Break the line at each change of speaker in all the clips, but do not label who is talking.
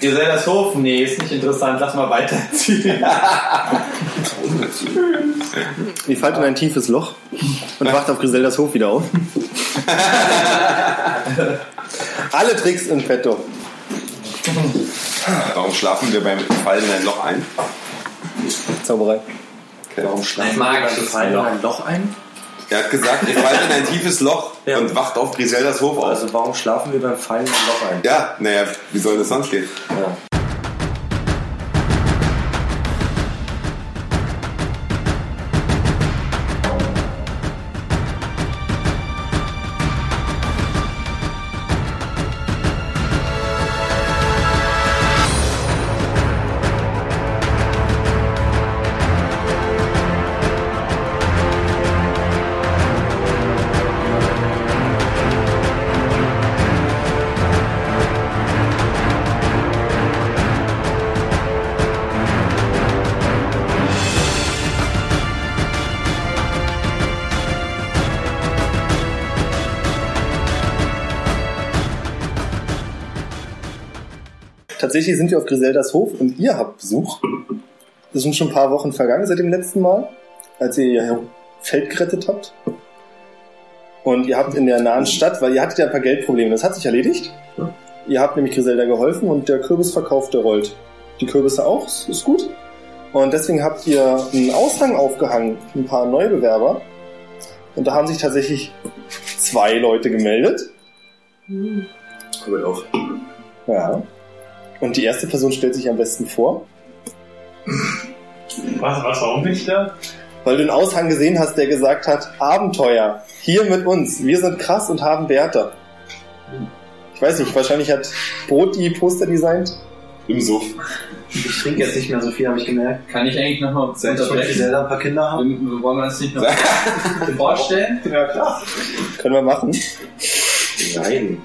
Ihr seid das Hof? Nee, ist nicht interessant. Lass mal weiterziehen.
Ihr fallt in ein tiefes Loch und wacht auf Griseldas Hof wieder auf. Alle Tricks in petto.
Warum schlafen wir beim Fallen in ein Loch ein?
Zauberei.
Warum schlafen
Magisch.
Fallen wir ein Loch ein?
Er hat gesagt, ihr fallt in ein tiefes Loch
Ja.
und wacht auf Griseldas Hof auf.
Also warum schlafen wir beim Fallen ein Loch ein?
Ja, naja, wie soll das sonst gehen?
Ja.
Tatsächlich sind wir auf Griseldas Hof und ihr habt Besuch. Es sind schon ein paar Wochen vergangen seit dem letzten Mal, als ihr ihr Feld gerettet habt. Und ihr habt in der nahen Stadt, weil ihr hattet ja ein paar Geldprobleme, das hat sich erledigt. Ihr habt nämlich Griselda geholfen und der Kürbisverkauf, der rollt. Die Kürbisse auch, ist- ist gut. Und deswegen habt ihr einen Aushang aufgehangen, ein paar Neubewerber. Und da haben sich tatsächlich zwei Leute gemeldet.
Cool auch.
Ja. Und die erste Person stellt sich am besten vor.
Was, was, warum bin ich da?
Weil du einen Aushang gesehen hast, der gesagt hat, Abenteuer, hier mit uns, wir sind krass und haben Werte. Ich weiß nicht, wahrscheinlich hat Brot die Poster designt.
Im Suff.
Ich trinke jetzt nicht mehr so viel, habe ich gemerkt.
Kann ich eigentlich nochmal unterbrechen?
selber ein paar Kinder
Wir- wir Wollen wir uns nicht noch vorstellen?
Ja, klar.
Können wir machen.
Nein.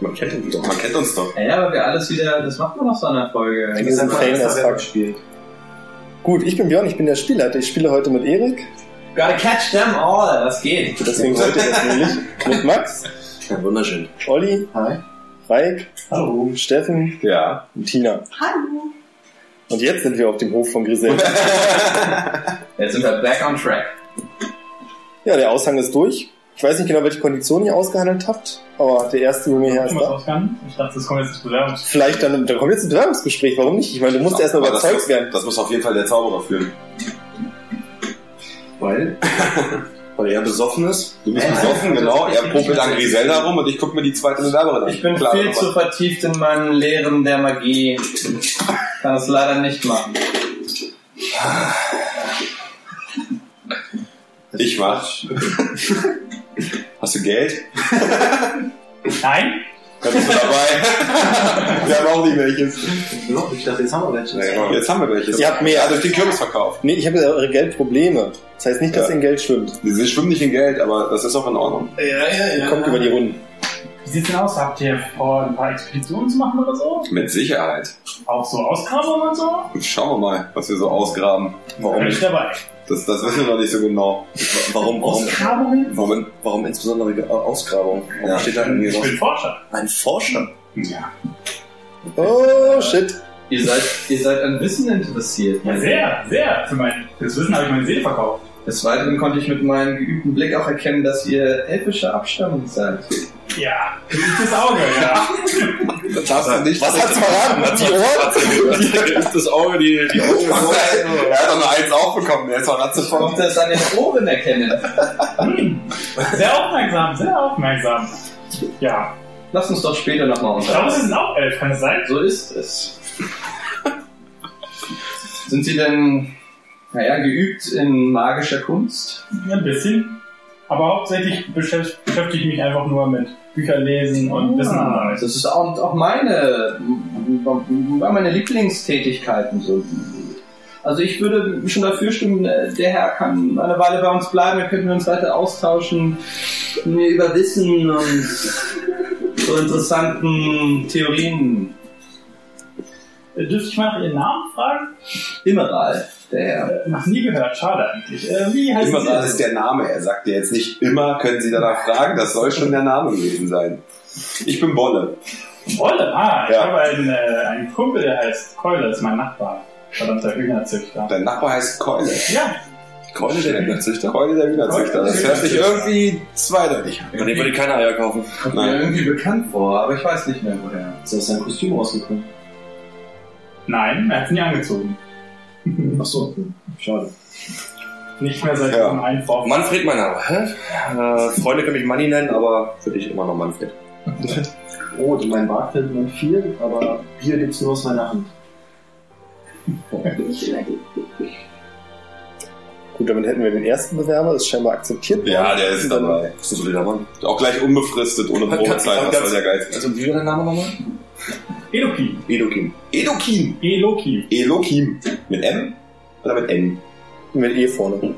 Man kennt ihn
Doch, man kennt uns doch.
Ja, aber wir alles wieder, das macht man nach so einer Folge.
Wir sind Fame as fuck.
gespielt.
Gut, ich bin Björn, ich bin der Spielleiter. Ich spiele heute mit Erik,
Gotta catch them all, was geht?
deswegen heute das nämlich. Mit Max,
Ja, wunderschön.
Olli,
Hi.
Reik,
Hallo.
Steffen
Ja.
und Tina. Hallo. Und jetzt sind wir auf dem Hof von Griselda.
Jetzt sind wir back on track.
Ja, der Aushang ist durch. Ich weiß nicht genau, welche Konditionen ihr ausgehandelt habt, aber der erste Junge hier
Hast
ist
du was
da.
ausgegangen? Ich dachte, das kommt jetzt ins Bewerbungs.
Vielleicht dann, da kommt jetzt ein Bewerbungsgespräch, warum nicht? Ich meine, du musst erstmal
Aber das
überzeugt
muss-
werden.
Das muss auf jeden Fall der Zauberer führen.
Weil? Weil er besoffen ist.
Du bist
Äh,
besoffen,
das
genau.
ist
Er
richtig.
popelt an Griselda rum und ich gucke mir die zweite Bewerberin an.
Ich bin
Klar,
viel
aber-
zu vertieft in meinen Lehren der Magie. Kann es leider nicht machen.
Ich mach. Hast du Geld?
Nein?
Dann bist du dabei. Wir haben auch nicht welches.
Noch, ich dachte, jetzt haben wir welche.
Jetzt haben wir welches.
Ihr habt mehr.
Ja, durch den Kürbisverkauf.
Nee, ich habe gesagt, eure Geldprobleme. Das heißt nicht, dass
Ja.
ihr in Geld schwimmt.
Sie schwimmen nicht in Geld, aber das ist auch in Ordnung.
Ja, ja,
Ihr kommt über die Runden.
Wie sieht's denn aus? Habt ihr vor, ein paar Expeditionen zu machen oder so?
Mit Sicherheit.
Auch so Ausgrabungen und so?
Schauen wir mal, was wir so ausgraben.
Bin ich dabei.
Das, das wissen wir noch nicht so genau.
Warum, warum,
Ausgrabungen?
Moment.
warum insbesondere Ge- Ausgrabung? Warum
Ja.
steht da irgendwie
Ich
drauf?
bin Forscher.
Ein Forscher.
Ja.
Oh, shit.
Ihr seid, ihr seid an Wissen interessiert.
Ja, sehr, sehr. Für mein, das Wissen habe ich meine Seele verkauft.
Des Weiteren konnte ich mit meinem geübten Blick auch erkennen, dass ihr elfischer Abstammung seid.
Ja. Du bist das Auge, ja.
Das darfst du nicht.
Was hat's verraten? Die Ohren?
ist das Auge, die, die Augen.
er hat doch nur eins aufbekommen. Er ist doch ratzevoll.
Konnte es an den Ohren erkennen.
Hm. Sehr aufmerksam, sehr aufmerksam. Ja.
Lass uns doch später nochmal
Ich glaube, es
unterhalten.
sind auch elf, kann es sein?
So ist es. Sind Sie denn, naja, geübt in magischer Kunst?
Ein bisschen. Aber hauptsächlich beschäft- beschäftige ich mich einfach nur mit Bücherlesen und Wissen.
Ah, das ist auch, auch meine, waren meine Lieblingstätigkeiten. So. Also ich würde schon dafür stimmen, äh, der Herr kann eine Weile bei uns bleiben, dann könnten wir uns weiter austauschen, mir über Wissen und so interessanten Theorien.
Äh, Dürfte ich mal nach Ihren Namen fragen?
Immeral, der Herr.
Äh, Noch nie gehört, schade eigentlich. Äh, wie heißt
Immer, das
Sie?
ist der Name. Er sagt dir jetzt nicht immer, können Sie danach fragen. Das soll schon der Name gewesen sein. Ich bin Bolle.
Rolle? Ah, ich
Ja.
habe einen, äh, einen Kumpel, der heißt Keule, ist mein Nachbar. Verdammter Hühnerzüchter.
Dein Nachbar heißt Keule.
Ja,
Keule der Hühnerzüchter? Keule der Hühnerzüchter. Das hört sich irgendwie zweideutig an.
Von dem würde ich keine Eier kaufen.
Kommt mir irgendwie bekannt vor, aber ich weiß nicht mehr woher.
Ist aus seinem Kostüm rausgekommen?
nein, er hat nie angezogen.
Achso, schade.
Nicht mehr seit
Ja.
diesem einen Vorfall.
Manfred, mein Name. Hä? Äh, Freunde können mich Manni nennen, aber für dich immer noch Manfred.
Oh, in meinem Bart findet man viel, aber Bier gibt's nur aus meiner Hand.
Gut, damit hätten wir den ersten Bewerber, das ist scheinbar akzeptiert worden.
Ja, der ist
Und dann-
dabei.
Bist du so der Mann?
Auch gleich unbefristet, ohne
Kannst du-
Probezeit. Das war
kannst-
ja geil.
Also, wie war dein Name nochmal?
Elokim.
Edokin.
Edokim.
Elokim.
Elokim. Mit M oder mit N?
Mit E vorne.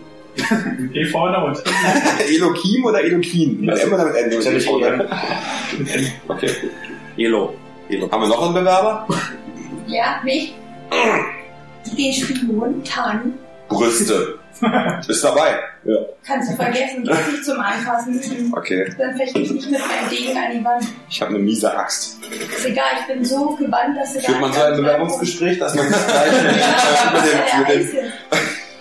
E vorne und
Elokim oder Elokin? Mit M oder mit N?
Ist ja nicht
Okay.
Elo. Elo.
Haben wir noch einen Bewerber?
Ja, mich. Den Spion Tan
Brüste. Ist dabei.
kannst du vergessen, das ist nicht zum Anfassen.
Okay.
Dann fechte ich nicht mit meinem Degen an die Wand.
Ich habe eine miese Axt.
Ist egal, ich bin so gewandt, dass du
Führt man so ein Bewerbungsgespräch, dass man das gleich mit, äh, mit, dem, mit,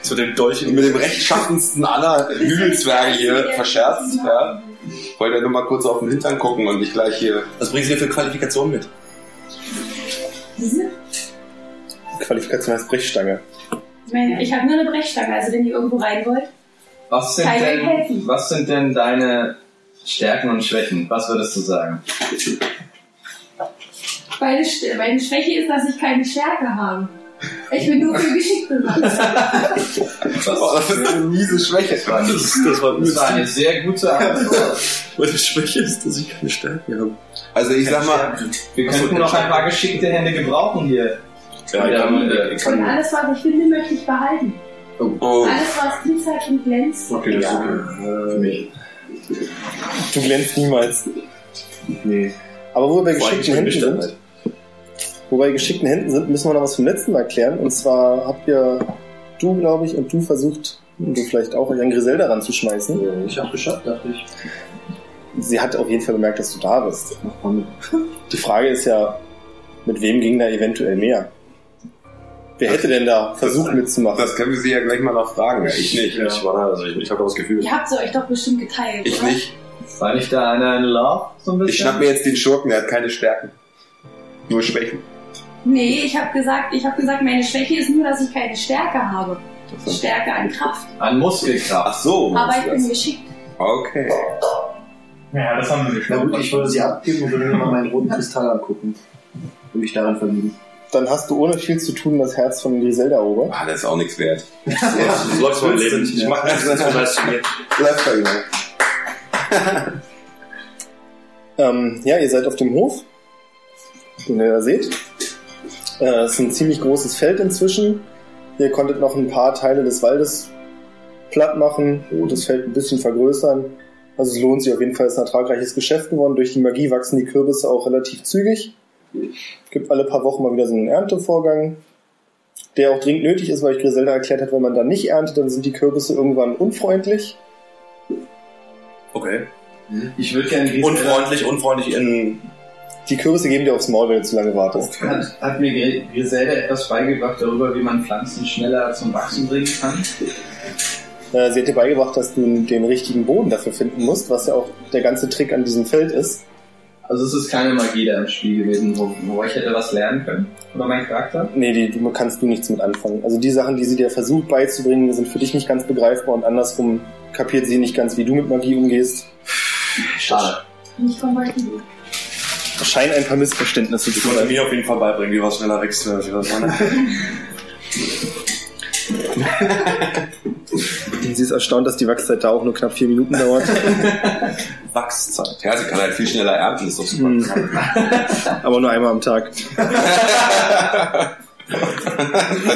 Zu dem Dolch
dem, mit dem rechtschaffensten aller Hügelzwerge hier verscherzt. Ja. Wollte ja nur mal kurz auf den Hintern gucken und nicht gleich hier.
Was bringst du dir für Qualifikationen mit?
Diese?
Qualifikation heißt Brechstange.
Ich meine, ich habe nur eine Brechstange, also wenn ihr irgendwo rein wollt.
Was sind,
Kann ich euch
denn,
helfen?
was sind denn deine Stärken und Schwächen? Was würdest du sagen?
Meine, Sch- meine Schwäche ist, dass ich keine Stärke habe. Ich bin nur für Geschick bewandt.
Boah, das ist eine miese Schwäche.
Das war, nicht,
das war
das war eine sehr gute Antwort.
Meine Schwäche ist, dass ich keine Stärken habe.
Also ich sag mal,
Wir
Ach so,
könnten noch ein paar geschickte Hände gebrauchen hier.
Ja, ich kann, äh, ich
Und
kann
alles, was ich finde, möchte ich behalten.
oh,
Alles, was glitzert und glänzt.
Okay, das ist
Ja.
okay. Für mich.
Du glänzt niemals.
Nee.
Aber wo wir bei
Vor allem
geschickten
nicht mit
Händen sind,
Bestandheit.
wo wir bei geschickten Händen sind, müssen wir noch was vom letzten Mal klären. Und zwar habt ihr, du glaube ich, und du versucht, und du vielleicht auch, euch an Griselda ranzuschmeißen.
Ich hab's geschafft, dachte ich.
Sie hat auf jeden Fall bemerkt, dass du da bist.
Mach mal mit.
Die Frage ist ja, mit wem ging da eventuell mehr? Wer hätte denn da versucht mitzumachen?
das können wir sie ja gleich mal noch fragen. Ja, ich nicht.
Ich war da, also ich, ich habe das Gefühl.
Ihr habt sie euch doch bestimmt geteilt,
Ich
oder?
nicht.
War nicht da einer in Love? So ein bisschen?
Ich schnapp mir jetzt den Schurken, der hat keine Stärken. Nur Schwächen.
Nee, ich habe gesagt, ich habe gesagt, meine Schwäche ist nur, dass ich keine Stärke habe. Stärke an Kraft.
An Muskelkraft.
Ach so.
Aber ich
meinst du
bin geschickt.
das? Okay.
Ja, das haben wir
Na
geschafft.
gut, ich würde sie abgeben und würde mir mal meinen roten Kristall angucken. Und mich darin verlieben.
Dann hast du ohne viel zu tun das Herz von Griselda erobert.
Ah, das ist auch nichts wert.
Das läuft mein Leben. Ich mach das was zu mir.
Bleib bei mir.
Ähm, ja, ihr seid auf dem Hof, den ihr da seht. Äh, Es ist ein ziemlich großes Feld inzwischen. Ihr konntet noch ein paar Teile des Waldes platt machen, das Feld ein bisschen vergrößern. Also es lohnt sich auf jeden Fall, es ist ein ertragreiches Geschäft geworden. Durch die Magie wachsen die Kürbisse auch relativ zügig. gibt alle paar Wochen mal wieder so einen Erntevorgang, der auch dringend nötig ist, weil ich Griselda erklärt hat, wenn man da nicht erntet, dann sind die Kürbisse irgendwann unfreundlich.
Okay. Hm?
Ich würde gerne Griselda.
Unfreundlich, unfreundlich in.
Ähm, Die Kürbisse geben dir aufs Maul, wenn du zu lange wartest.
Hat, hat mir Gri- Griselda etwas beigebracht darüber, wie man Pflanzen schneller zum Wachsen bringen kann?
Äh, Sie hat dir beigebracht, dass du den richtigen Boden dafür finden musst, was ja auch der ganze Trick an diesem Feld ist.
Also es ist keine Magie da im Spiel gewesen, wo, wo ich hätte was lernen können. Oder mein Charakter?
Nee, die, du kannst du nichts mit anfangen. Also die Sachen, die sie dir versucht beizubringen, sind für dich nicht ganz begreifbar und andersrum kapiert sie nicht ganz, wie du mit Magie umgehst.
Schade.
Nicht von Wolken.
Es Scheinen ein paar Missverständnisse zu
Ich wollte
sein.
mir auf jeden Fall beibringen, wie was schneller wächst. wenn ich was meine.
Sie ist erstaunt, dass die Wachszeit da auch nur knapp vier Minuten dauert.
Wachszeit. Ja, sie kann halt viel schneller ernten, ist doch super.
Mhm.
Hm. Aber nur einmal am Tag.
Da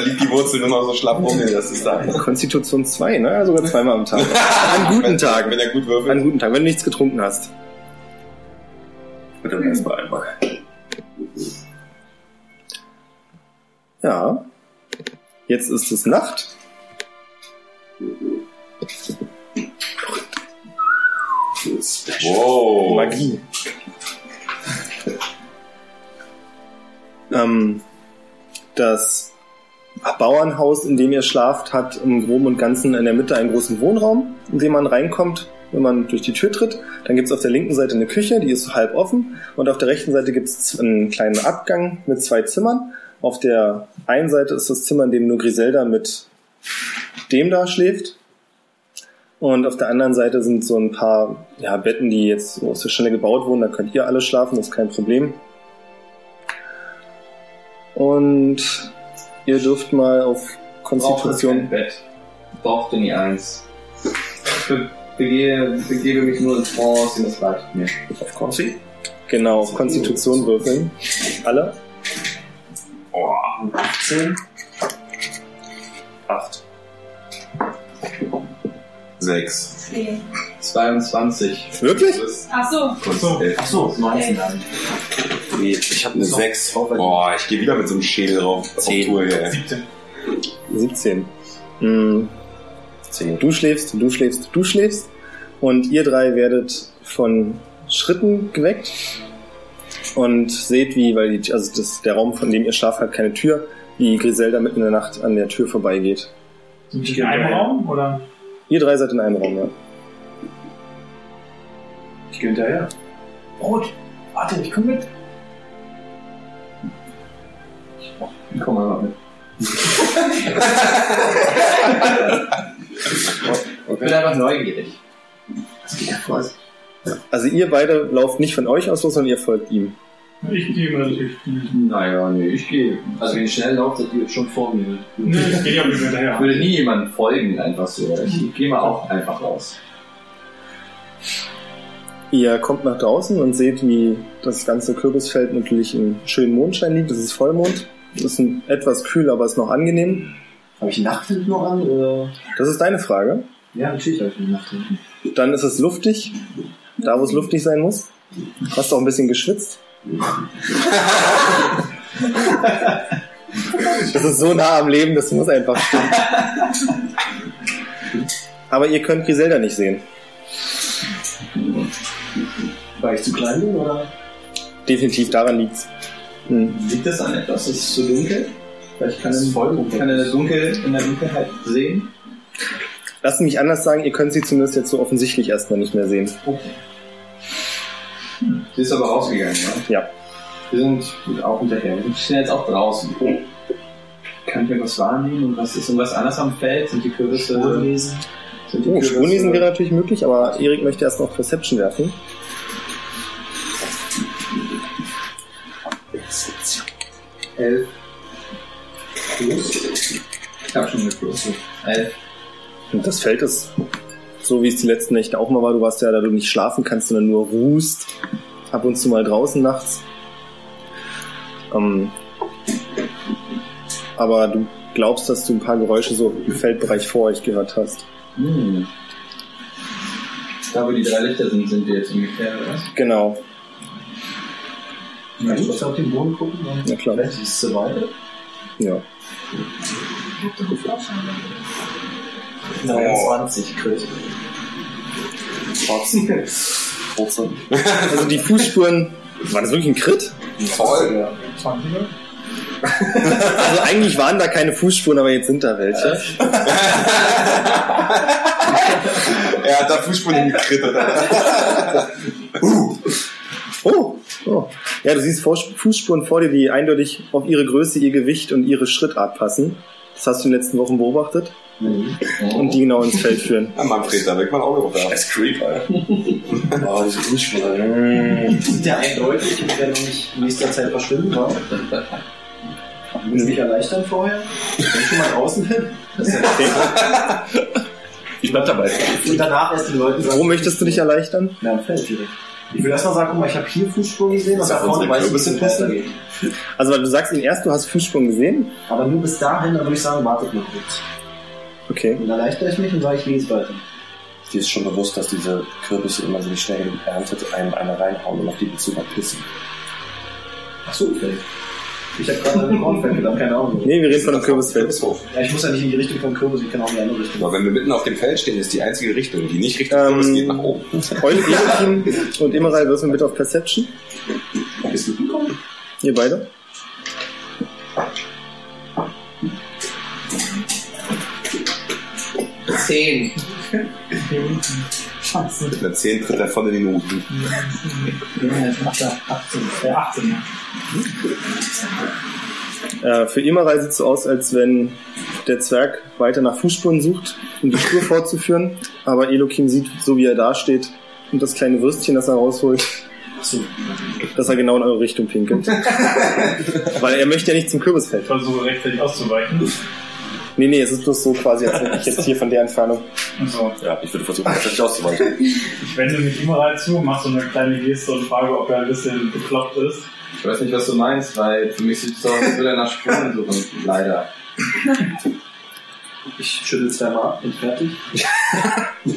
liegt die Wurzel nur noch so schlapp rum, nee, das ist da.
Konstitution 2, ne? Sogar zweimal am Tag. An guten
Wenn-
Tagen.
Wenn er gut
An
würfelt.
guten Tagen, wenn du nichts getrunken hast.
Mit dem erstmal einmal.
Ja. Jetzt ist es Nacht.
Wow.
Magie. Ähm, das Bauernhaus, in dem ihr schlaft, hat im Groben und Ganzen in der Mitte einen großen Wohnraum, in den man reinkommt, wenn man durch die Tür tritt. Dann gibt's auf der linken Seite eine Küche, die ist halb offen. Und auf der rechten Seite gibt's z- einen kleinen Abgang mit zwei Zimmern. Auf der einen Seite ist das Zimmer, in dem nur Griselda mit dem da schläft. Und auf der anderen Seite sind so ein paar ja, Betten, die jetzt so aus der Stelle gebaut wurden. Da könnt ihr alle schlafen, das ist kein Problem. Und ihr dürft mal auf Konstitution.
Bett. Brauchte nie eins. Ich be begehe, begebe mich nur in Trance und das reicht mir.
Auf Konzi?
Genau, auf Konstitution würfeln. Alle?
18. 8.
Sechs.
22.
Wirklich?
Ach so.
So.
Achso, 19 dann.
Ich habe eine sechs. Boah, ich gehe wieder mit so einem Schädel drauf. Auf Tour, hier, ey.
17.
17. Hm,
10.
Du schläfst, du schläfst, du schläfst. Und ihr drei werdet von Schritten geweckt und seht, wie, weil die, also das, der Raum, von dem ihr schlaft, hat keine Tür, wie Griselda mitten in der Nacht an der Tür vorbeigeht.
Sind die in einem Raum? Oder?
Ihr drei seid in einem Raum, ja.
Ich gehe hinterher. Brot, warte, ich komme mit.
Ich komme mal mit. Ich bin einfach neugierig.
Das geht ja vor.
Also ihr beide lauft nicht von euch aus los, sondern ihr folgt ihm.
Ich gehe immer natürlich.
Naja, nee, ich gehe. Also wenn ich schnell laufe, seid ihr schon vor mir.
Nö, ich gehe ja wieder
Ich
hinterher.
würde nie jemandem folgen, einfach so. Ich gehe mal auch einfach raus.
Ihr kommt nach draußen und seht, wie das ganze Kürbisfeld natürlich im schönen Mondschein liegt. Es ist Vollmond. Es ist ein, etwas kühl, aber es ist noch angenehm.
Habe ich Nachthemd noch an? Oder?
Das ist deine Frage.
Ja, natürlich habe ich eine Nachthemd.
Dann ist es luftig, da wo es luftig sein muss. Hast auch ein bisschen geschwitzt. Das ist so nah am Leben, das muss einfach stimmen. Aber ihr könnt Griselda nicht sehen.
Weil ich zu klein bin oder?
Definitiv daran liegt's. Hm.
Liegt das an etwas? Ist es zu dunkel? Weil ich kann,
Das ist
im,
voll dunkel.
kann in, der Dunkel, in der Dunkelheit sehen.
Lass mich anders sagen, ihr könnt sie zumindest jetzt so offensichtlich erstmal nicht mehr sehen.
Sie ist aber rausgegangen, ne?
Ja.
Wir sind gut auch hinterher. Wir stehen jetzt auch draußen.
Oh.
Kann ich irgendwas wahrnehmen? Und was ist irgendwas anders am Feld? Sind die Kürbisse?
Spurenlesen.
Sind die
Oh,
Kürbisse-
äh,
Spurenlesen wäre natürlich möglich, aber Erik möchte erst noch Perception werfen.
Elf. Plus. Ich hab schon eine Plus. Elf.
Und das Feld ist, so wie es die letzten Nächte auch mal war, du warst ja, da du nicht schlafen kannst, sondern nur ruhst, ab und zu mal draußen nachts. Ähm, aber du glaubst, dass du ein paar Geräusche so im Feldbereich vor euch gehört hast.
Hm. Da wo die drei Lichter sind, sind wir jetzt ungefähr, oder?
Genau,
Ja, ich muss auf den Boden gucken und
na klar.
vielleicht ist es zu
Oh.
weit.
Ja.
Naja, 20 kriegt.
Trotzdem. 14.
Also die Fußspuren, war das wirklich ein Crit?
Voll.
20er?
Also eigentlich waren da keine Fußspuren, aber jetzt sind da welche.
Er hat da Fußspuren gekrittert. Alter.
Oh, oh. Ja, du siehst Vor- Fußspuren vor dir, die eindeutig auf ihre Größe, ihr Gewicht und ihre Schrittart passen. Das hast du in den letzten Wochen beobachtet.
Mm.
Und die genau ins Feld führen.
Ja, Manfred, da weg mein Auge drauf.
Scheiß Creep, Alter.
Oh, diese Fußspuren. Die sind ja eindeutig und werden noch nicht in nächster Zeit verschwinden, wa? Will es mich erleichtern vorher? Dann schon mal draußen hin.
Ich bleib dabei.
Und danach erst den Leuten
Wo möchtest du dich erleichtern?
Na, fällt direkt. Ich will erst mal sagen, guck mal, ich habe hier Fußspuren gesehen, was
Ist
da
auf
vorne
unsere
weiß ich
Kürbisse
nicht, was da geht.
Also, weil du sagst ihnen erst, du hast Fußspuren gesehen.
Aber nur bis dahin, dann würde ich sagen, wartet noch kurz.
Okay.
Und dann erleichtere ich mich und sage, ich lese weiter.
Dir ist schon bewusst, dass diese Kürbisse immer so schnell erntet, einem eine reinhauen und auf die Bezug pissen.
Ach so, okay. Ich habe gerade einen Kornfeld gedacht, keine Ahnung.
Nee, wir reden von
Das
einem
ist
Kürbisfeld.
Kürbishof.
Ja, ich muss ja nicht in die Richtung von Kürbis, ich kann auch in die andere Richtung.
Aber wenn wir mitten auf dem Feld stehen, ist die einzige Richtung, die nicht Richtung
Ähm.
Kürbis geht, nach oben.
Heute Joachim und Immerei würfeln bitte auf Perception.
Bist du gekommen?
Ihr beide.
10.
Scheiße.
Mit einer 10 tritt er voll in den Hut.
Der 18.
Äh, für Imara sieht es so aus, als wenn der Zwerg weiter nach Fußspuren sucht, um die Spur fortzuführen. Aber Elokim sieht, so wie er dasteht, und das kleine Würstchen, das er rausholt, dass er genau in eure Richtung pinkelt. Weil er möchte ja nicht zum
Ich
Kürbisfeld.
versuche rechtzeitig auszuweichen.
Nee, nee, es ist bloß so quasi, als hätte ich jetzt hier von der Entfernung.
Und so.
Ja, ich würde versuchen, tatsächlich auszuweichen.
Ich wende mich immer halt zu, mach so eine kleine Geste und frage, ob er ein bisschen bekloppt ist.
Ich weiß nicht, was du meinst, weil für mich sieht es so aus, als würde er nach Spuren suchen. Leider.
Ich schüttel zweimal ab, bin fertig.
Ich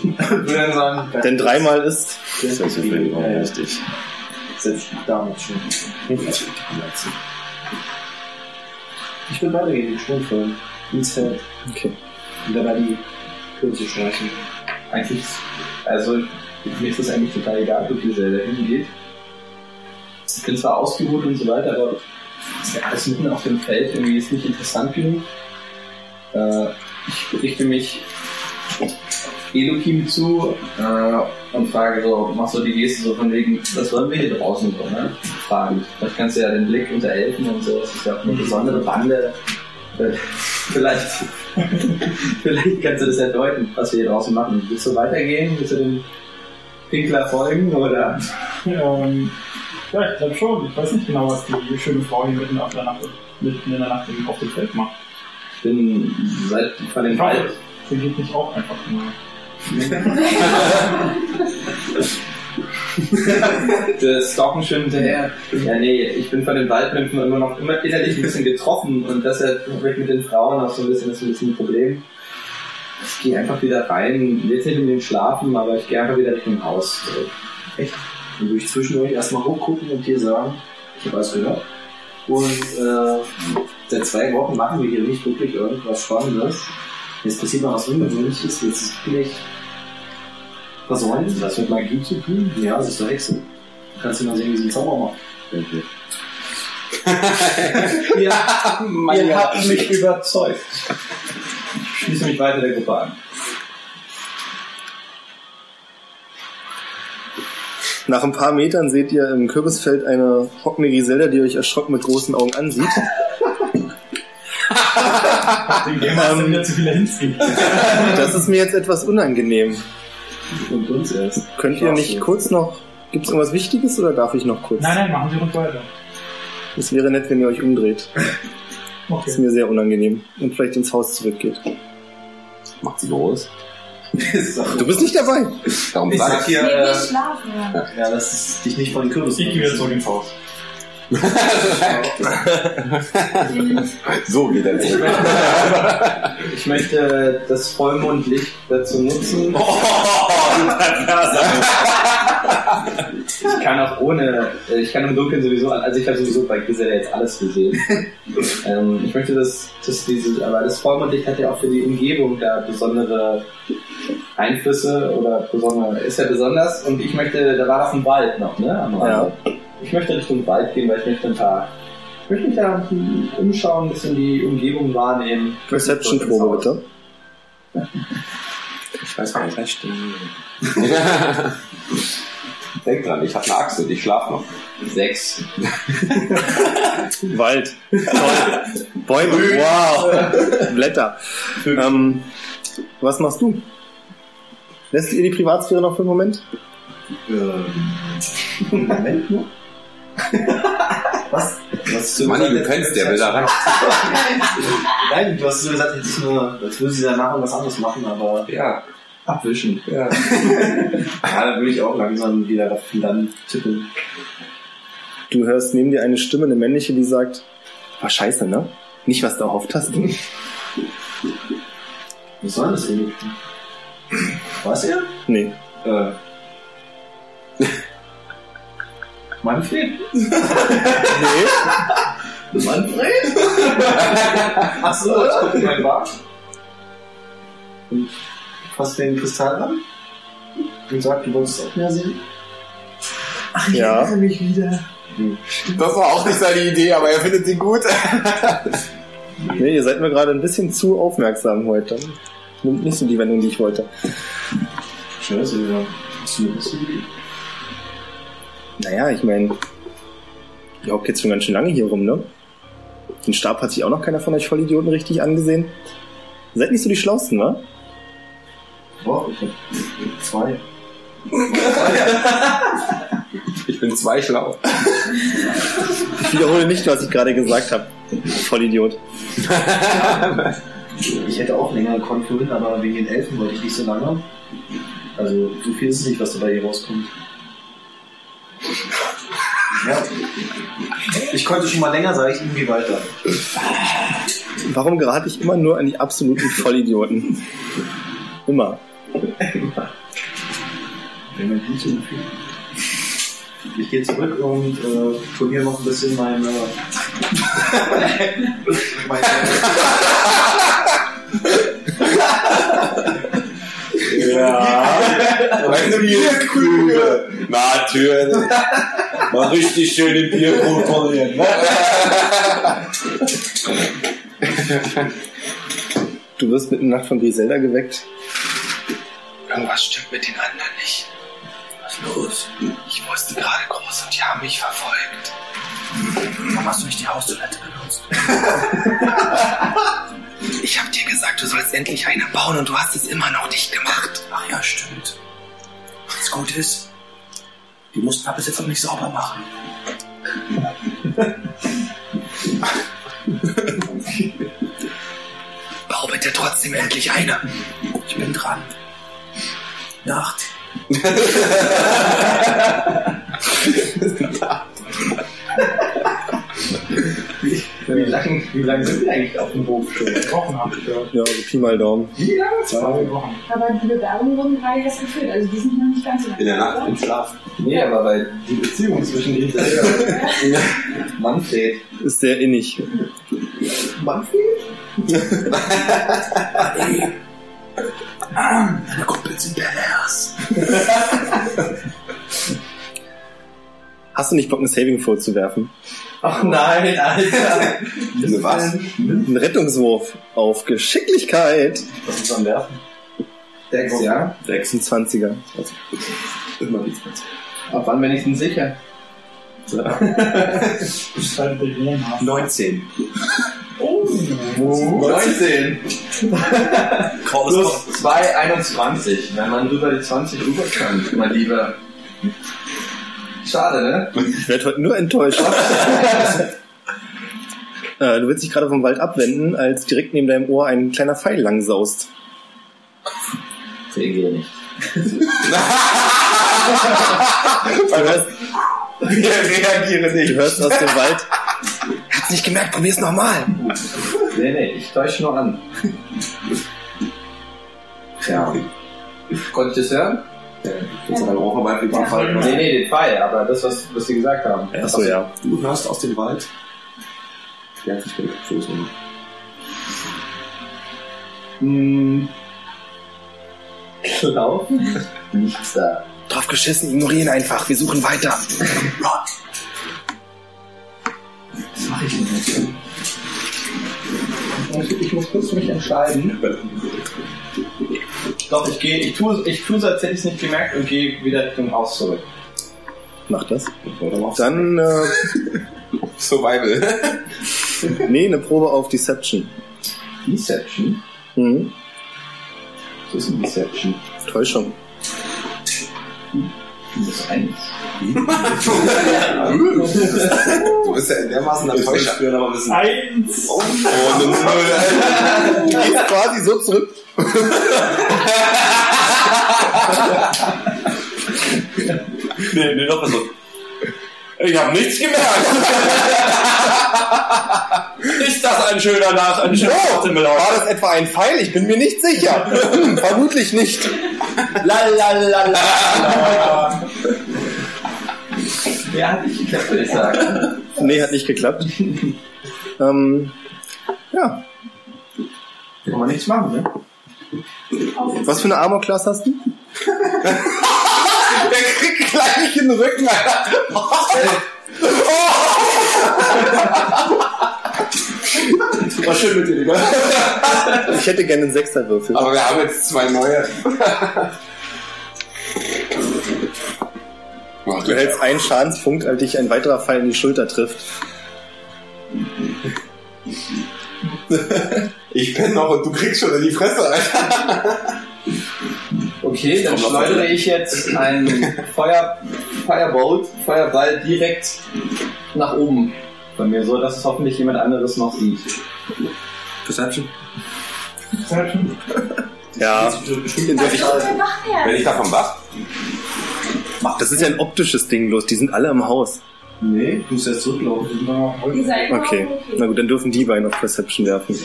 würde dann sagen,
Denn dreimal ist,
Das ist natürlich auch
Ja, ja.
richtig.
Selbst damals schon. Ich will weitergehen, den Sprung folgen. Ins Feld.
Okay.
Und dabei die Kürze schleichen.
eigentlich, also mir ist das eigentlich total egal, wo Griselda hingeht. Ich bin zwar ausgeruht und so weiter, aber ist ja alles mitten auf dem Feld irgendwie ist nicht interessant genug. Äh, ich richte mich Elokim zu äh, und frage so, mach so die Geste so von wegen, was wollen wir hier draußen so, ne? Frage ich. Vielleicht kannst du ja den Blick unter Elfen und so, das ist ja auch eine besondere Bande. Äh, Vielleicht Vielleicht kannst du das ja deuten, was wir hier draußen machen. Willst du weitergehen? Willst du dem Pinkler folgen? Oder?
Ähm, ja, ich glaube schon. Ich weiß nicht genau, was die schöne Frau hier mitten, auf der Nacht, mitten in der Nacht eben auf dem Feld macht.
Ich bin seit von den Wald.
Sie geht nicht auch einfach nur.
Der Stalken schön hinterher. Ja, nee, ich bin von den Waldmümpfen immer noch immer innerlich ein bisschen getroffen und deshalb habe ich mit den Frauen auch so ein bisschen, das ist ein bisschen ein Problem. Ich gehe einfach wieder rein, will jetzt nicht unbedingt schlafen, aber ich gehe einfach wieder Richtung Haus. zurück.
Dann würde ich zwischendurch erstmal hochgucken und dir sagen, ich habe alles gehört. Und äh, seit zwei Wochen machen wir hier nicht wirklich irgendwas Spannendes. Jetzt passiert mal was Ungewöhnliches, jetzt ist wirklich versäumt.
Das mit Magie zu tun?
Ja, das ist der Hexe. Kannst du mal sehen, wie sie einen Zauber macht.
Ja, ihr habt mich überzeugt. Ich schließe mich weiter der Gruppe an.
nach ein paar Metern seht ihr im Kürbisfeld eine hockende Griselda, die euch erschrocken mit großen Augen ansieht.
Den Gamer hast du wieder zu viele Hints gegeben.
Das ist mir jetzt etwas unangenehm.
Und uns erst.
Könnt ihr nicht kurz noch, gibt's irgendwas Wichtiges oder darf ich noch kurz?
Nein, nein, machen Sie ruhig weiter.
Es wäre nett, wenn ihr euch umdreht. Das ist
Okay.
mir sehr unangenehm. Und vielleicht ins Haus zurückgeht.
Macht sie groß.
Du bist nicht dabei.
Darum
Ich
sag
sag
ich.
hier,
Ich will
äh,
nicht schlafen. Ja.
Ja, das ist dich nicht von den Kürbis.
Ich gehe wieder zurück ins Haus.
So geht er zurück.
ich möchte das Vollmondlicht dazu nutzen. ich kann auch ohne, äh, ich kann im Dunkeln sowieso, also ich habe sowieso bei Gisela jetzt alles gesehen. ähm, ich möchte das, das diese, aber das Vollmondlicht hat ja auch für die Umgebung da besondere Einflüsse oder besondere, ist ja besonders und ich möchte, da war doch ein Wald noch, ne? Am Rande. Ich möchte Richtung Wald gehen, weil ich möchte ein paar, ich möchte mich da umschauen, ein bisschen die Umgebung wahrnehmen.
Perception-Probe, bitte.
Ich weiß gar nicht, vielleicht stehen.
Denk dran, ich hab eine Axt und ich schlaf noch.
Sechs.
Wald. Toll. Bäume. Wow. Blätter. Ähm, was machst du? Lässt ihr die Privatsphäre noch für einen Moment?
Moment nur. Was? Was du
Manni, du pennst, der will da rein.
Nein, du hast so gesagt, jetzt ist nur, als würde sie danach irgendwas anderes machen, aber
Ja,
abwischen.
ja.
Ja, da würde ich auch langsam wieder auf den Land tippen.
Du hörst neben dir eine Stimme, eine männliche, die sagt, war scheiße, ne? Nicht, was du erhofft hast.
Was soll das irgendwie? Was ihr?
Nee.
Äh. Manfred?
Nee?
Manfred? Achso, ich gucke in meinen Bart. Und fass den Kristall an. Und sag, du wolltest es auch mehr sehen.
Ja.
mich wieder.
Das war auch nicht seine Idee, aber er findet sie gut.
Nee, ihr seid mir gerade ein bisschen zu aufmerksam heute. Nimmt nicht so die Wendung, die ich wollte.
Scheiße, ja. Hast du eine bessere Idee?
Naja, ich meine, ihr hockt jetzt schon ganz schön lange hier rum, ne? Den Stab hat sich auch noch keiner von euch Vollidioten richtig angesehen. Ihr seid nicht so die Schlausten, ne?
Boah, ich hab zwei.
Ich bin zwei schlau.
Ich wiederhole nicht, was ich gerade gesagt habe. Vollidiot.
Ich hätte auch länger gekonnt vorhin, aber wegen den Elfen wollte ich nicht so lange. Also, so viel ist es nicht, was dabei hier rauskommt. Ja. Ich konnte schon mal länger, sage ich irgendwie weiter.
Warum gerate ich immer nur an die absoluten Vollidioten? Immer.
Wenn man nicht so viel. Ich gehe zurück und äh, probiere noch ein bisschen meine. meine
Eine Bierkrüge. Natürlich. Mal richtig schön den Bierkrug verlieren. Ne?
Du wirst mitten in der Nacht von Griselda geweckt.
Irgendwas stimmt mit den anderen nicht. Was ist los? Ich wusste gerade groß und die haben mich verfolgt. Warum hast du nicht die Haustoilette benutzt? ich hab dir gesagt, du sollst endlich eine bauen und du hast es immer noch nicht gemacht. Ach ja, stimmt. Was gut ist, die mussten ab bis jetzt noch nicht sauber machen. Bau bitte trotzdem endlich eine. Ich bin dran. Nacht.
Wie lange wie lang sind wir eigentlich auf dem Hof schon?
Wochen habe ich gehört.
Ja, so Pi mal Daumen.
Zwei Wochen.
Aber die Bewerbungen wurden gerade erst geführt. Also die sind noch nicht ganz so
In der Nacht
oder?
im Schlaf.
Nee, aber weil die Beziehung zwischen den Manfred.
Ist sehr innig.
Manfred?
Meine Kumpels sind pervers.
Hast du nicht Bock, einen Saving Throw zu werfen?
Ach nein, Alter.
Eine was?
Ein Rettungswurf auf Geschicklichkeit.
Was ist am Werfen?
Dex, ja?
26er.
Immer die 20.
Ab wann bin ich denn sicher?
Ich schreibe dir den Namen.
19.
Oh,
19.
Call us
Plus 2, 21. Wenn man über die 20 rüber kann, mein Lieber. Schade, ne?
Ich werde heute nur enttäuscht. äh, du willst dich gerade vom Wald abwenden, als direkt neben deinem Ohr ein kleiner Pfeil langsaust.
Sehen wir nicht.
Du hörst,
Wir reagieren
du hörst aus dem Wald
Hat's nicht gemerkt, probier's nochmal.
Nee, nee, ich täusche nur an. Tja. Konnte ich das hören?
Jetzt haben wir auch mal den
Nee,
Fall.
nee, den Pfeil, aber das, was, was sie gesagt haben.
Achso, ja.
Du hörst aus dem Wald. Der hat sich gestoßen.
Hm. Laufen? Nichts da.
Drauf geschissen, ignorieren einfach. Wir suchen weiter.
Ich, Also, ich muss kurz mich entscheiden. Doch, ich gehe, ich tue, ich tue so, als hätte ich es nicht gemerkt und gehe wieder Richtung Haus zurück.
Mach das. Dann, äh,
Survival.
nee, eine Probe auf Deception.
Deception?
Mhm.
Das ist ein Deception.
Täuschung.
Das ist eins.
Du bist ja in dermaßen am Täuscher.
Eins.
Oh, eine
Du
Null.
gehst quasi so zurück.
Nee, nee, doch also, so.
Ich habe nichts gemerkt.
Ist das ein schöner Nacht, ein schöner Nachthimmel
Oh, War das etwa ein Pfeil? Ich bin mir nicht sicher. Hm, Vermutlich nicht.
Ja, hatte ich geklappt, würde ich sagen.
Nee, hat nicht geklappt. ähm, ja.
Kann man nichts machen, ne?
Was für eine Armor-Klasse hast du?
Der kriegt gleich in den Rücken. Alter. War schön mit dir, Digga.
Ich hätte gerne einen Sechserwürfel.
Aber wir haben jetzt zwei neue. Mach
Du hältst einen Schadenspunkt, als dich ein weiterer Pfeil in die Schulter trifft.
Ich penne noch und du kriegst schon in die Fresse, Alter.
Okay, dann schleudere ich jetzt einen Feuer, Firebolt, Feuerball direkt nach oben bei mir, so dass es hoffentlich jemand anderes noch sieht.
Perception.
Ja,
Das ist unser Wachwert.
Wenn ich davon wach,
das ist ja ein optisches Ding los. Die sind alle im Haus.
Nee, du musst erst zurücklaufen.
Die Seiten
Okay. Na gut, dann dürfen die beiden auf Perception werfen.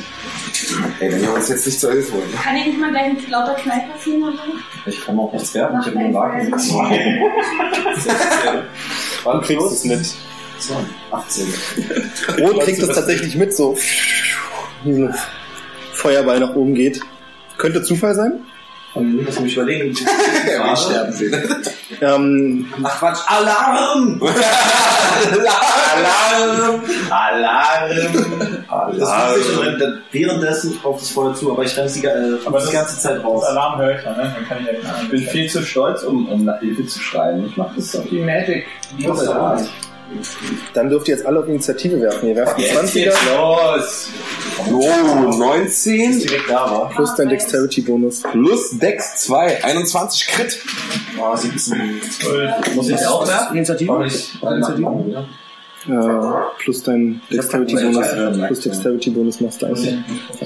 ey, wenn wir uns jetzt nicht zur Hilfe holen.
Kann ich nicht mal gleich mit lauter Kneipe passieren oder so?
Ich kann auch nichts werfen, ich habe nur einen Wagen.
Wagen.
Du kriegst es mit.
18.
Rot kriegt es tatsächlich mit, so. Wie so ein Feuerball nach oben geht. Könnte Zufall sein.
Und lass mich überlegen.
Ja, wir sterben sehen.
Ähm,
Ach Quatsch, Alarm!
Alarm!
Ähm,
Alarm! Das
Alarm.
kommt sich schon dann währenddessen auf das Feuer zu, aber ich renne es die, äh,
Aber
die
das-
ganze Zeit raus.
Das Alarm höre ich dann, ne? Dann kann ich ja den
Ich bin
anderen
viel zu stolz, um, um nach Hilfe zu schreien. Ich mache das auf die Magic. Die
Muss da sein.
dann dürft ihr jetzt alle auf Initiative werfen. Ihr werft einen
Jetzt
20er
geht's los!
Oh, 19
Direkt da war.
plus dein Dexterity-Bonus.
plus Dex 2, 21 Crit.
Oh, 17.
Zwölf.
Muss ich auch werfen?
Initiative?
Initiative?
Initiative?
Äh, plus dein Dexterity-Bonus. Plus Dexterity-Bonus machst du eigentlich.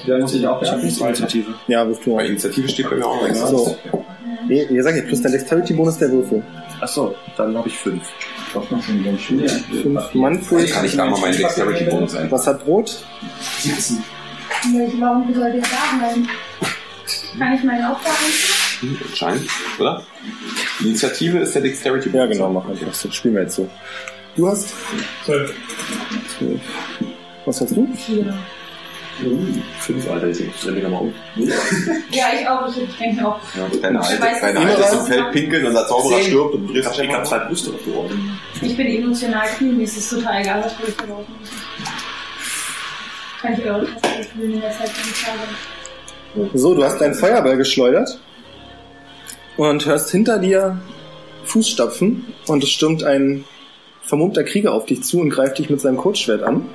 Dann muss ich auch werfen.
Ja, wirf du
Bei
mal.
Initiative steht bei mir auch nichts.
So. Nee, ihr sagt ja, plus dein Dexterity-Bonus der Würfel.
Achso, dann habe ich fünf.
Ich hoffe, man schon ganz schön.
Fünf Manfred.
Kann ich da mal meinen Dexterity-Bonus ein?
Was hat Rot?
17.
Warum soll der da bleiben? Kann ich meinen Aufgaben?
Scheint, oder? Initiative ist der
Ja,
Dexterity-Bonus.
genau, mach einfach so. Spielen wir jetzt so. Du hast.
Zwölf.
zwölf. Was hast du?
Fünf, Alter, ich dreh mich nochmal um.
Ja, ich auch. Ich denke auch.
Ja, deine
Ich
alte,
weiß
deine
nicht.
alte ist im Feld pinkeln und der Zauberer
Zehn.
stirbt und du drehst
Ich
dich
hab
ganz
zwei Brüste auf die Ohren.
Ich bin emotional kühl. Mir ist es total egal, was wir verlaufen müssen. Kann ich eure Taste spielen in der Zeit, wenn ich da bin?
So, du hast deinen Feuerball geschleudert und hörst hinter dir Fußstapfen und es stürmt ein vermummter Krieger auf dich zu und greift dich mit seinem Kurzschwert an.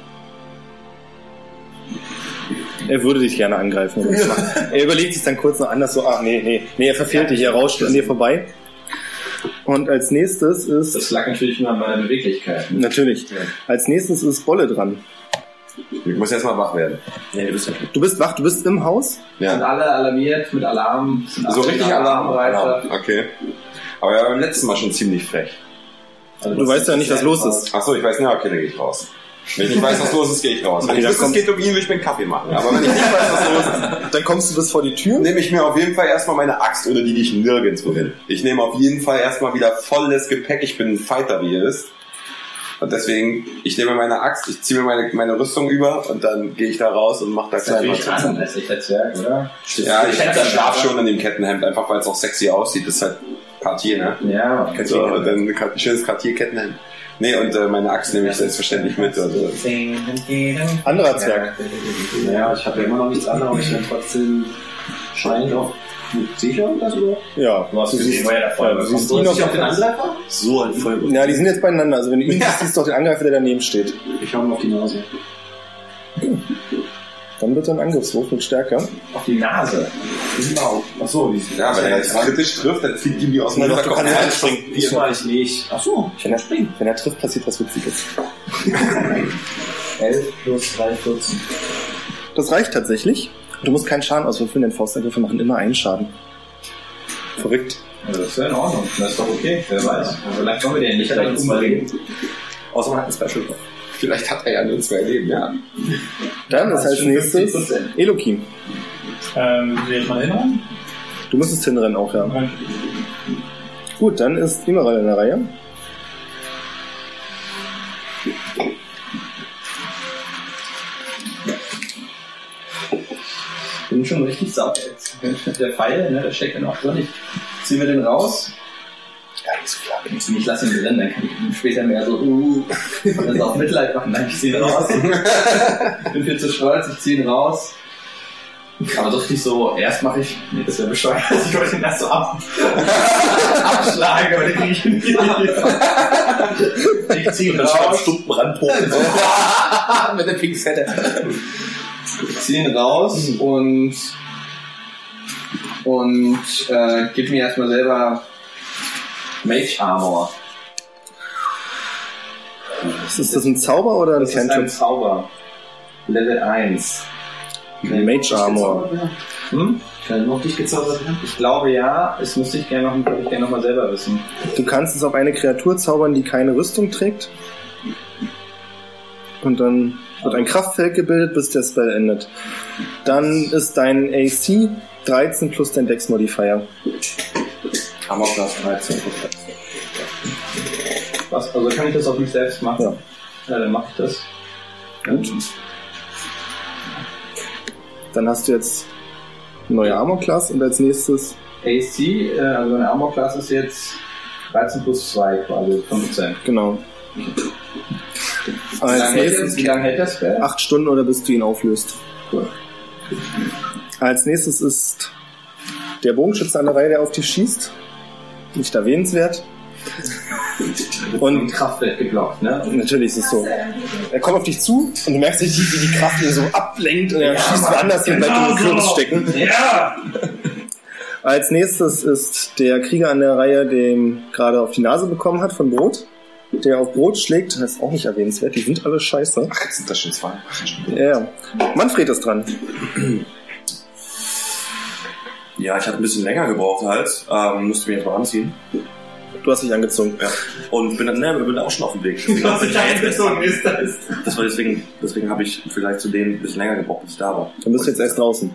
Er würde dich gerne angreifen. aber das macht- er überlegt sich dann kurz noch anders, so, ach nee, nee, nee, er verfehlt dich, er rauscht an dir vorbei. Und als nächstes ist,
Das lag natürlich nur an meiner Beweglichkeit.
natürlich, als nächstes ist Bolle dran.
Ich muss erstmal wach werden.
Nee, du bist ja
Du bist wach, du bist im Haus.
Sind
Ja.
alle alarmiert mit Alarm. sind
So
alle
richtig
mit
Alarm. Genau.
Alarmbereitschaft.
Okay. Aber er war beim letzten Mal schon ziemlich frech.
Also
Du
das
weißt
ist
ja nicht, was
sehr
los
krass.
ist.
Achso, ich weiß nicht, okay, dann gehe ich raus. Wenn ich nicht weiß, was los ist, gehe ich raus. Wenn
Okay,
ich
dann
wüsste, es
kommt-
geht um ihn, würde ich mir einen Kaffee machen. Aber wenn ich nicht weiß, was los ist,
Dann kommst du bis vor die Tür.
nehme ich mir auf jeden Fall erstmal meine Axt, ohne die ich nirgends wohin. Ich nehme auf jeden Fall erstmal wieder volles Gepäck. Ich bin ein Fighter, wie ihr wisst. Und deswegen, ich nehme meine Axt, ich ziehe mir meine, meine Rüstung über und dann gehe ich da raus und mache da
Das ist
kleine
natürlich anlässlicher Zwerg, oder?
Ja, ich schlaf schon in dem Kettenhemd, einfach weil es auch sexy aussieht. Das ist halt Cartier, ne?
Ja,
So, und dann ein Ka- schönes Cartier-Kettenhemd. Nee, und äh, meine Axt nehme ich selbstverständlich mit. Also,
Anderer Zwerg.
Naja, ich habe ja immer noch nichts anderes, aber ich bin trotzdem scheinend auch mit sicher oder so.
Ja,
du hast
du
gesehen,
siehst,
war ja der
du
Feuer.
siehst ihn auf,
den Angreifer?
so ein Vollblut.
Ja, die sind jetzt beieinander. Also wenn du ihn siehst, siehst du auch den Angreifer, der daneben steht.
Ich hau ihm auf die Nase.
Dann wird dein Angriffswurf mit stärker.
Auf die Nase.
Genau. Achso, die sind
ja, wenn er jetzt kritisch trifft, dann fliegt ihm die aus dem
Na doch, du
Hinterkopf.
kannst
raus.
ja anspringen.
Das war ich nicht. Achso, ich
Wenn er, wenn er trifft, passiert was Witziges.
11 plus 3, 14.
Das reicht tatsächlich. Du musst keinen Schaden auswürfeln, denn Faustangriffe machen immer einen Schaden. Verrückt.
Also, das ist ja in Ordnung. Das ist doch okay. Wer weiß.
Also
Vielleicht wollen wir den nicht
Ich hab
gleich
einen
umbringen.
Außer man hat ein Special drauf.
Vielleicht hat er ja nur zwei Leben, ja.
Dann ist als nächstes
50%.
Elokim.
Ähm, will ich jetzt mal hinrennen?
Du müsstest hinrennen auch, ja. Gut, dann ist Imeral in der Reihe.
bin schon richtig sauer jetzt. Der Pfeil, ne, der steckt ja noch drin. Ich ziehe mir den raus.
nicht so viel ab.
Ich lasse ihn drin, dann kann ich später mehr so, uh, das auf Mitleid machen. Nein, ich ziehe ihn raus. ich bin viel zu stolz, ich ziehe ihn raus. Aber doch nicht so, erst mache ich, nee, das wäre bescheuert, ich wollte ihn erst so ab, abschlagen, aber den kriege ich nicht. ich ziehe ihn raus.
Stumpenrandpunkt.
Mit der Pinzette.
Ich ziehe ihn raus
Mhm.
und und äh, gib mir erstmal selber Mage Armor.
Ist, das ein Zauber oder ein
Das ist ein
Cantrip?
Zauber. Level 1.
Mage Armor.
Hm?
Kann noch dich gezaubert werden?
Ich glaube ja, es müsste ich gerne noch, ich gerne noch mal selber wissen.
Du kannst es auf eine Kreatur zaubern, die keine Rüstung trägt. Und dann wird ein Kraftfeld gebildet, bis der Spell endet. Dann ist dein AC 13 plus dein Dex Modifier.
Hammerglas 13.
Was, also kann ich das auf mich selbst machen?
Ja.
Ja, dann mache ich das. Gut.
Dann hast du jetzt eine neue Armor Class und als nächstes
AC, äh, also meine Armor Class ist jetzt 13 plus 2 quasi, 15.
genau.
Wie
Als
lange hält der- wie
nächstes
lange hält das Spell?
Ah.
acht Stunden oder bis du ihn auflöst.
Cool.
Als nächstes ist der Bogenschütze an der Reihe, der auf dich schießt. Nicht erwähnenswert.
Im
Und
Kraftfeld geblockt, ne?
natürlich ist es
äh,
so. Er kommt auf dich zu und du merkst richtig, wie die Kraft ihn so ablenkt und er schießt woanders hin, bleibt im Kürbis stecken. Als nächstes ist der Krieger an der Reihe, dem gerade auf die Nase bekommen hat von Brot. Der auf Brot schlägt, das ist auch nicht erwähnenswert, die sind alle scheiße.
Ach, jetzt sind das schon zwei.
Ja, ja. Manfred ist dran.
Ja, ich hatte ein bisschen länger gebraucht halt. Ähm, musste mich erstmal anziehen.
Du hast dich angezogen.
Und bin dann, ne, bin auch schon auf dem Weg. Deswegen hab ich-
ist das.
Das war deswegen, deswegen habe ich vielleicht zu denen ein bisschen länger gebraucht, bis ich da war.
Dann bist du jetzt erst draußen.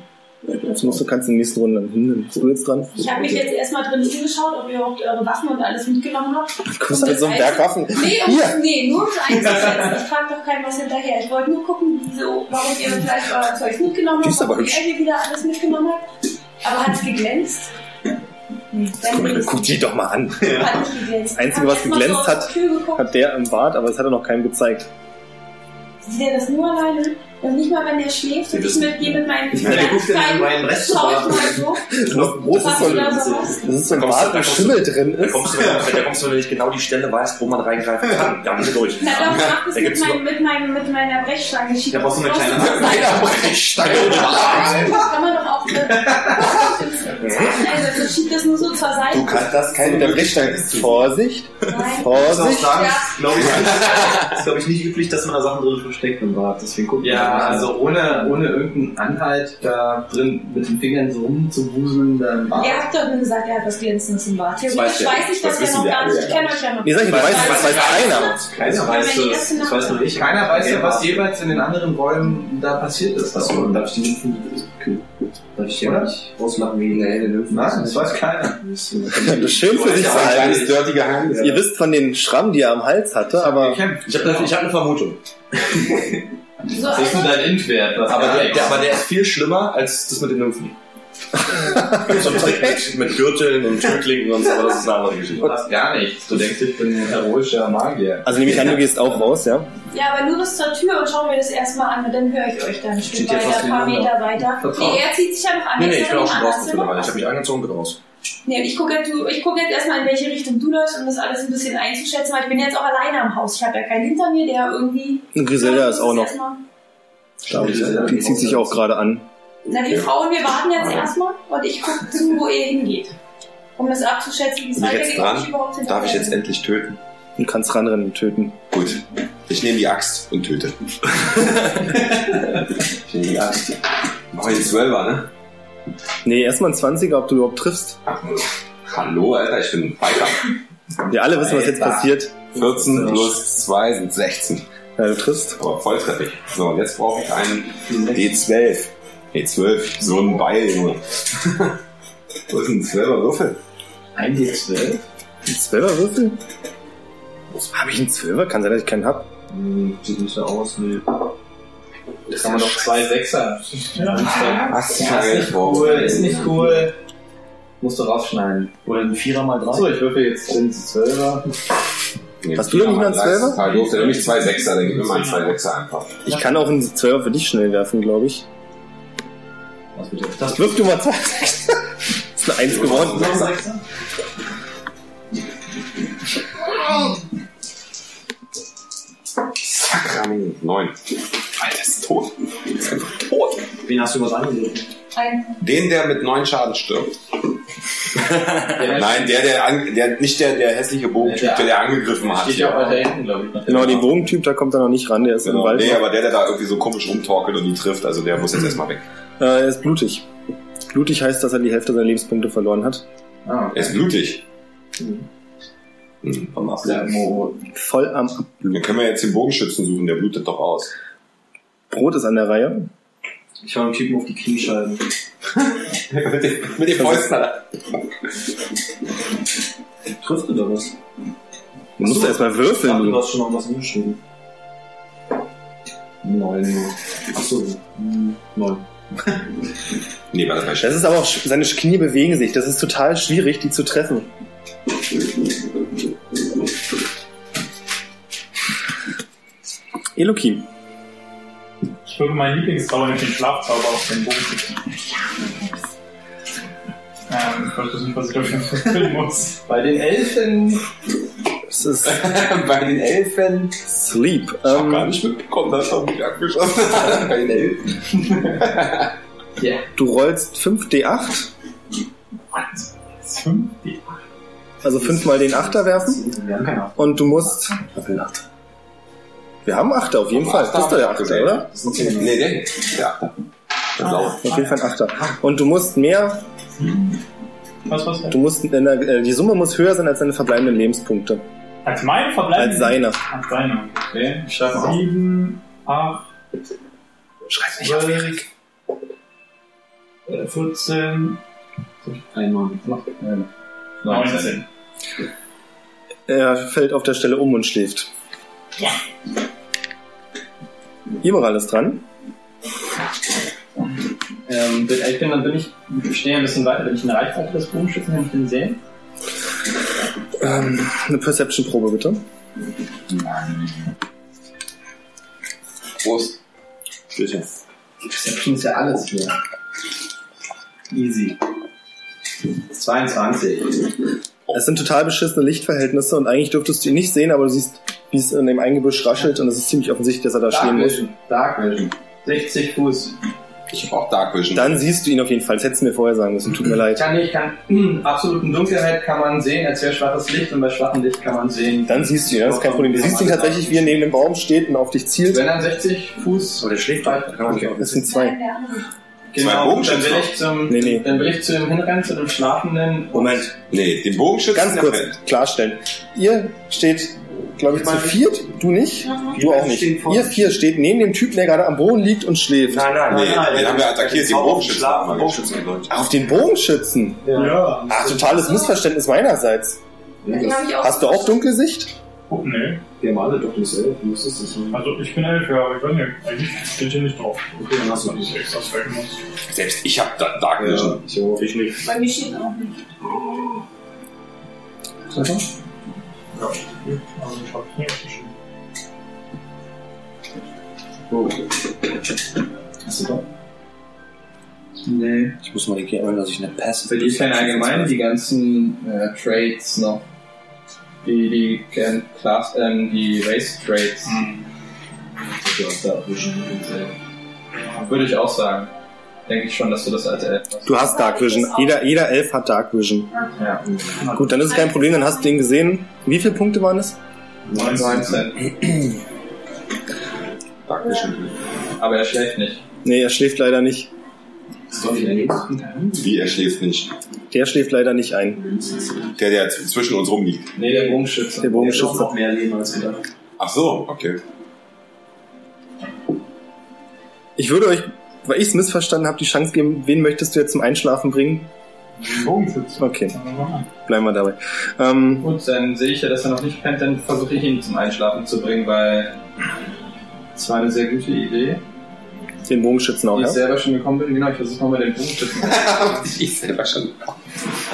Jetzt musst du kannst in der nächsten Runde dann hin. Bist du jetzt dran?
Ich habe mich jetzt erstmal drin hingeschaut, ob ihr überhaupt eure Waffen und alles mitgenommen habt.
Du kommst mit so einem Berg Waffen.
Nee, um,
Hier!
nee nur um es einzuschätzen. Ich frage doch keinen was hinterher. Ich wollte nur gucken, wieso, warum ihr vielleicht euer Zeug mitgenommen
Die ist
habt,
aber
warum
hübsch.
ihr hier wieder alles mitgenommen habt. Aber hat es geglänzt? Nee, dann
Guck die doch mal an.
hat nicht geglänzt.
Das Einzige,
Hab
was
jetzt noch
geglänzt
so aufs
hat,
Gefühl geguckt.
Hat der im Bart, aber das hat er noch keinem gezeigt.
Sieht er das nur alleine? Und nicht mal, wenn er schläft und ich mit hier mit meinen
der guckt ja in meinen Rest
Schau ich mal so,
Das
was
ist so
du
ein,
da so hast.
das ist so ein
Kommst du-
Bart, wo Schimmel drin
Da
ist.
kommst du, wenn, da kommst du, wenn ich genau die Stelle weiß, wo man reingreifen kann, gar nicht durch.
Na doch, mach das
Da
mit,
gibt's
meinem- mit, meinem- mit meiner Brechstange. Schieb
Da brauchst du eine
das
kleine
raus.
Brechstange.
Das kann man doch auch. Also, das schiebt das nur so zur Seite.
Du kannst das keine der Brechstein ist. Vorsicht,
Nein.
Ich muss auch
Vorsicht.
sagen,
Ja.
glaube ich, ist, glaube ich, nicht üblich, dass man da Sachen drin versteckt im Bad. Deswegen gucken wir
Ja,
mal.
also ohne, ohne irgendeinen Anhalt da drin mit den Fingern so rumzuwuseln, dann war
Ihr habt doch nur gesagt, er hat was Glänzendes im Bart. Theoretisch
weiß
weiß,
ja.
ich
Das
das, ja
wissen
noch
wir
gar
alle
nicht. Ich
ja
kenne euch ja noch
Nee,
nicht.
sag ich, du weißt, das weiß keiner.
Keiner weiß
Wenn die
das.
erste
Das weiß nur ich.
Also Keiner weiß ja, was
hier.
jeweils in den anderen Räumen da passiert ist.
Achso, und darf ich die Nymphen. Darf ich die
Oder?
nicht rauslachen wegen der Hände Nymphen?
Nein, das weiß keiner.
Das schön für
Das
sich zu
ist auch ein
halten.
kleines dirty Geheimnis.
Ihr wisst von den Schramm, die er am Hals hatte, aber
Was
Ich habe ich hab eine Vermutung.
So,
ist denn
also,
dein Endwert? Was
Aber
gar
der,
nichts.
der, aber der ist viel schlimmer als das mit den Nymphen. so ein Trick mit, mit Gürteln und Türklingen und so, aber das ist eine andere Geschichte.
was gar nichts. Du denkst, ich bin ein heroischer Magier.
also nehme ich an, du gehst auch raus, ja?
ja, aber nur bis zur Tür und schauen wir das erstmal an, weil dann höre ich euch dann ein Stück
Steht ja
weiter,
fast
ein paar Meter
nebeneinander.
weiter. Nee, er zieht sich ja noch an.
Nee, nee,
Jetzt
ich
hat er
bin auch
noch
schon
anders
draußen mittlerweile. Ich habe mich angezogen und bin raus.
Nee, und ich gucke jetzt, ich guck jetzt erstmal, in welche Richtung du läufst, um das alles ein bisschen einzuschätzen, weil ich bin jetzt auch alleine am Haus. Ich habe ja keinen hinter mir, der irgendwie.
Und Griselda ist auch noch.
Erstmal-
Die zieht sich auch gerade an.
Na, wir Frauen, wir warten jetzt erstmal und ich gucke zu, wo ihr hingeht. Um das abzuschätzen, wie es
Bin ich
weitergeht,
jetzt
ob
dran?
ich überhaupt hinterher
Darf ich jetzt
bin.
endlich töten?
Du kannst ranrennen und töten.
Gut. Ich nehme die Axt und töte. ich nehme die Axt. Mach jetzt Zwölfer, ne?
Nee, erstmal ein 20er, ob du überhaupt triffst.
Hallo, Alter, ich bin ein Fighter.
Wir alle wissen, was jetzt passiert.
14 plus 2 sind 16.
Ja, du triffst.
Aber volltreffig. So, und jetzt brauche ich einen D12. D12, so ein Beil, Junge. Das ist ein 12er Würfel.
Ein D12?
Ein Zwölferwürfel? Habe ich einen Zwölfer? Kann sein, dass ich keinen hab.
Hm, Sieht nicht so aus, ne.
Da kann man doch zwei Sechser.
Hast du
Ja,
ja,
ist nicht cool, ist nicht cool. Musst du rausschneiden.
Oder ein Vierer mal drei.
Achso, ich würfel jetzt den Zwölfer.
Nee,
Hast du denn nicht mal einen Zwölfer?
Total doof. Ah, Der nämlich zwei Sechser, dann gib mir mal einen zwei Sechser einfach.
Ich kann auch einen Zwölfer für dich schnell werfen, glaube ich.
Was bitte?
Das wirf du mal zwei Sechser. ist eine Eins geworden.
Sakrami. Neun. Alter, ist tot. Ist einfach tot.
Wen hast du was angegriffen?
Ein
Den, der mit neun Schaden stirbt. Nein, der, der, an, der nicht der, der hässliche Bogentyp, der, der angegriffen hat.
Steht ja auch weiter hinten, glaube ich. noch.
Genau, den Bogentyp, da kommt er noch nicht ran, der ist im
Genau.
Wald.
Nee, aber der, der da irgendwie so komisch rumtorkelt und ihn trifft, also der muss jetzt erstmal weg.
Äh, er ist blutig. Blutig heißt, dass er die Hälfte seiner Lebenspunkte verloren hat.
Ah,
Er ist blutig.
vom Abwehr.
Voll am
Dann können wir jetzt den Bogenschützen suchen, der blutet doch aus.
Brot ist an der Reihe.
Ich hau dem Typen auf die Kniescheiben.
mit den, mit den Fäusten hat
Trifft oder was?
Du musst
So.
erstmal
Ich dachte,
würfeln.
du
du.
hast schon noch was hingeschrieben. Neun. Achso, hm, neun.
er. Nee, war das bei Chef.
Das ist aber auch, sch- seine Knie bewegen sich. Das ist total schwierig, die zu treffen. Eloki.
Ich würde meinen Lieblingszauber, nämlich den Schlafzauber, auf den Boden schicken. Ähm, ich weiß nicht, was ich dafür finden muss.
Bei den Elfen.
Es ist
bei den Elfen.
Sleep.
Ich hab gar
Ähm,
nicht mitbekommen, dass er mich abgeschossen hat. Bei den Elfen.
Ja.
du rollst 5d8,
Das fünf- die-
also fünfmal den Achter werfen.
Wir haben keine Ahnung.
Und du musst. Wir haben einen Achter auf jeden Fall. Das ist doch der Achter, oder?
Das sind zehn.
Nee, der. Ja. Der Blaue.
Auf jeden Fall ein Achter. Und du musst mehr,
Was, was, was?
du musst, in der, äh, die Summe muss höher sein als deine verbleibenden Lebenspunkte.
Als mein Verbleib?
Als seine.
Als seiner. Okay.
Ich schaffe auch.
Sieben, acht. Schreib nicht auf Erik. äh, 14,
Ein neun.
19.
Er fällt auf der Stelle um und schläft. Ja. Immoral ist dran.
Ähm, wenn ich ehrlich bin, dann bin ich, ich stehe ein bisschen weiter. Bin ich in der Reichweite des Bogenschützen, kann ich den sehen?
Ähm, eine Perception-Probe bitte.
Prost. Tschüsschen.
Perception ist ja alles hier.
Easy. 22.
Es sind total beschissene Lichtverhältnisse und eigentlich dürftest du ihn nicht sehen, aber du siehst, wie es in dem Eingebüsch raschelt und es ist ziemlich offensichtlich, dass er da
Dark
stehen muss.
Vision. Dark Vision. 60 Fuß.
Ich brauch Dark Vision.
Dann siehst du ihn auf jeden Fall. Das hättest du mir vorher sagen müssen. Tut mir
Ich
leid.
kann nicht, kann, absoluten Dunkelheit kann man sehen, als wäre schwaches Licht und bei schwachem Licht kann man sehen.
Dann siehst du ihn, das ist kein Problem. Du siehst ihn tatsächlich, wie er neben dem Baum steht und auf dich zielt.
Wenn dann 60 Fuß
der schläft
Das sind zwei.
Nein, der andere.
Genau,
Bogenschützen
dann will ich zum,
Nee, nee.
dann will ich zu ihm hinrennen, zu dem Schlafenden.
Moment.
Nee, den Bogenschützen.
Ganz
der
kurz
fällt.
klarstellen. Ihr steht, glaube ich, zu viert. Du nicht.
Mhm.
Du auch nicht. Ihr vier steht neben dem Typen, der gerade am Boden liegt und schläft.
Nein, nein,
Nee,
nein.
den haben wir attackiert, den Bogenschützen haben wir geschützt.
Bogenschützen.
Auf den Bogenschützen?
Ja.
Ach, totales Missverständnis meinerseits.
Den hab ich auch.
Hast du auch Dunkelsicht?
Oh, nee.
Wir haben alle doch nicht selber. Du müsstest das nicht.
Also ich bin elf, ja, aber ich weiß nicht. Eigentlich steht hier nicht drauf.
Okay, dann hast du
Dass
nicht.
ich extra zwecken muss.
Selbst ich hab da Dark Vision.
ich hoffe ich nicht.
Bei mir steht auch nicht.
Ja. Also ich hab's nicht aufgeschrieben.
Hast du doch?
Nee.
Ich muss mal die erinnern, dass ich eine Pass
Für die ich allgemein die ganzen äh, Trades noch. Die, die, ähm, Class, ähm, die Race Trades. die aus der Vision sehen. Würde ich auch sagen. Denke ich schon, dass du das als äh, Elf hast.
Du hast Dark Vision. Jeder, jeder Elf hat Dark Vision.
Ja.
Gut, dann ist es kein Problem, dann hast du den gesehen. Wie viele Punkte waren es?
19.
Dark Vision.
Aber er schläft nicht.
Nee, er schläft leider nicht.
Ist doch nicht erledigt.
Wie, er schläft nicht.
Der schläft leider nicht ein.
Der, der z- zwischen uns rumliegt.
Nee, der Bogenschütze.
Der
Wir haben
Bogenschütze.
noch mehr Leben als gedacht.
Ach so, okay.
Ich würde euch, weil ich es missverstanden habe, die Chance geben, wen möchtest du jetzt zum Einschlafen bringen?
Bogenschütze.
Okay, bleiben wir dabei. Ähm,
Gut, dann sehe ich ja, dass er noch nicht pennt, dann versuche ich ihn zum Einschlafen zu bringen, weil es war eine sehr gute Idee.
Den Bogenschützen auch,
Ich
ja?
selber schon gekommen bin, genau, ich versuche nochmal den Punkt zu finden.
ich selber schon.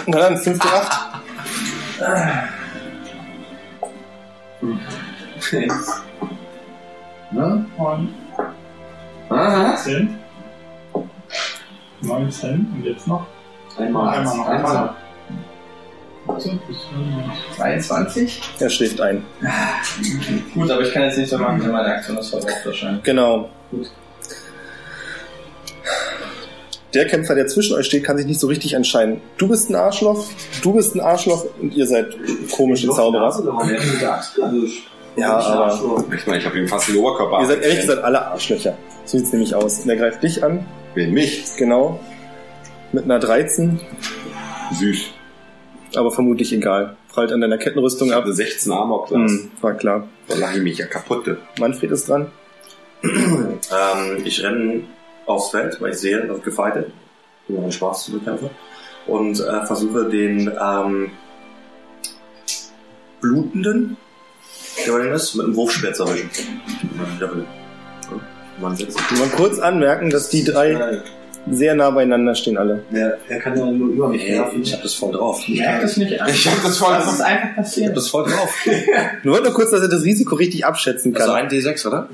Na dann, 5 d 8.
Ne?
Und
Aha.
10. 19 und jetzt noch.
Einmal.
Einmal noch.
Einmal.
22?
Er schläft ein.
Gut, aber ich kann jetzt nicht so machen, wenn meine Aktion ist verbraucht wahrscheinlich.
Genau.
Gut.
Der Kämpfer, der zwischen euch steht, kann sich nicht so richtig entscheiden. Du bist ein Arschloch, du bist ein Arschloch und ihr seid komische Zauberer.
Der hat mit der Axt erwischt.
Ja, aber
Ich meine, ich habe ihm fast den Oberkörper
Ihr seid ehrlich
abgetrennt.
gesagt alle Arschlöcher. So sieht's nämlich aus. Und er greift dich an,
Wen mich?
genau. Mit einer 13,
Süß.
aber vermutlich egal. Prallt an deiner Kettenrüstung
Ich
ab.
hatte 16 Armor Class.
Hm, war klar.
Da lach ich mich ja kaputt.
Manfred ist dran.
Ähm, ich renne aufs Feld, weil ich sehe, dass ich gefeitet bin, einen Spaß zu bekämpfen. Und äh, versuche den ähm, Blutenden, der bei denen ist, mit einem Wurfspeer zu erwischen. Ja, bitte. Gut, Mann, sechs.
Ich will mal kurz anmerken, dass die drei
Ja,
sehr nah beieinander stehen alle.
der, der kann ja nur über mich
Ey,
werfen.
ich hab das voll drauf.
Ich merke das nicht an.
Ich hab das voll.
Das ist einfach
Ich hab
passiert.
das voll drauf.
Nur wollte nur kurz, dass er das Risiko richtig abschätzen
Also
kann.
ein D6, oder?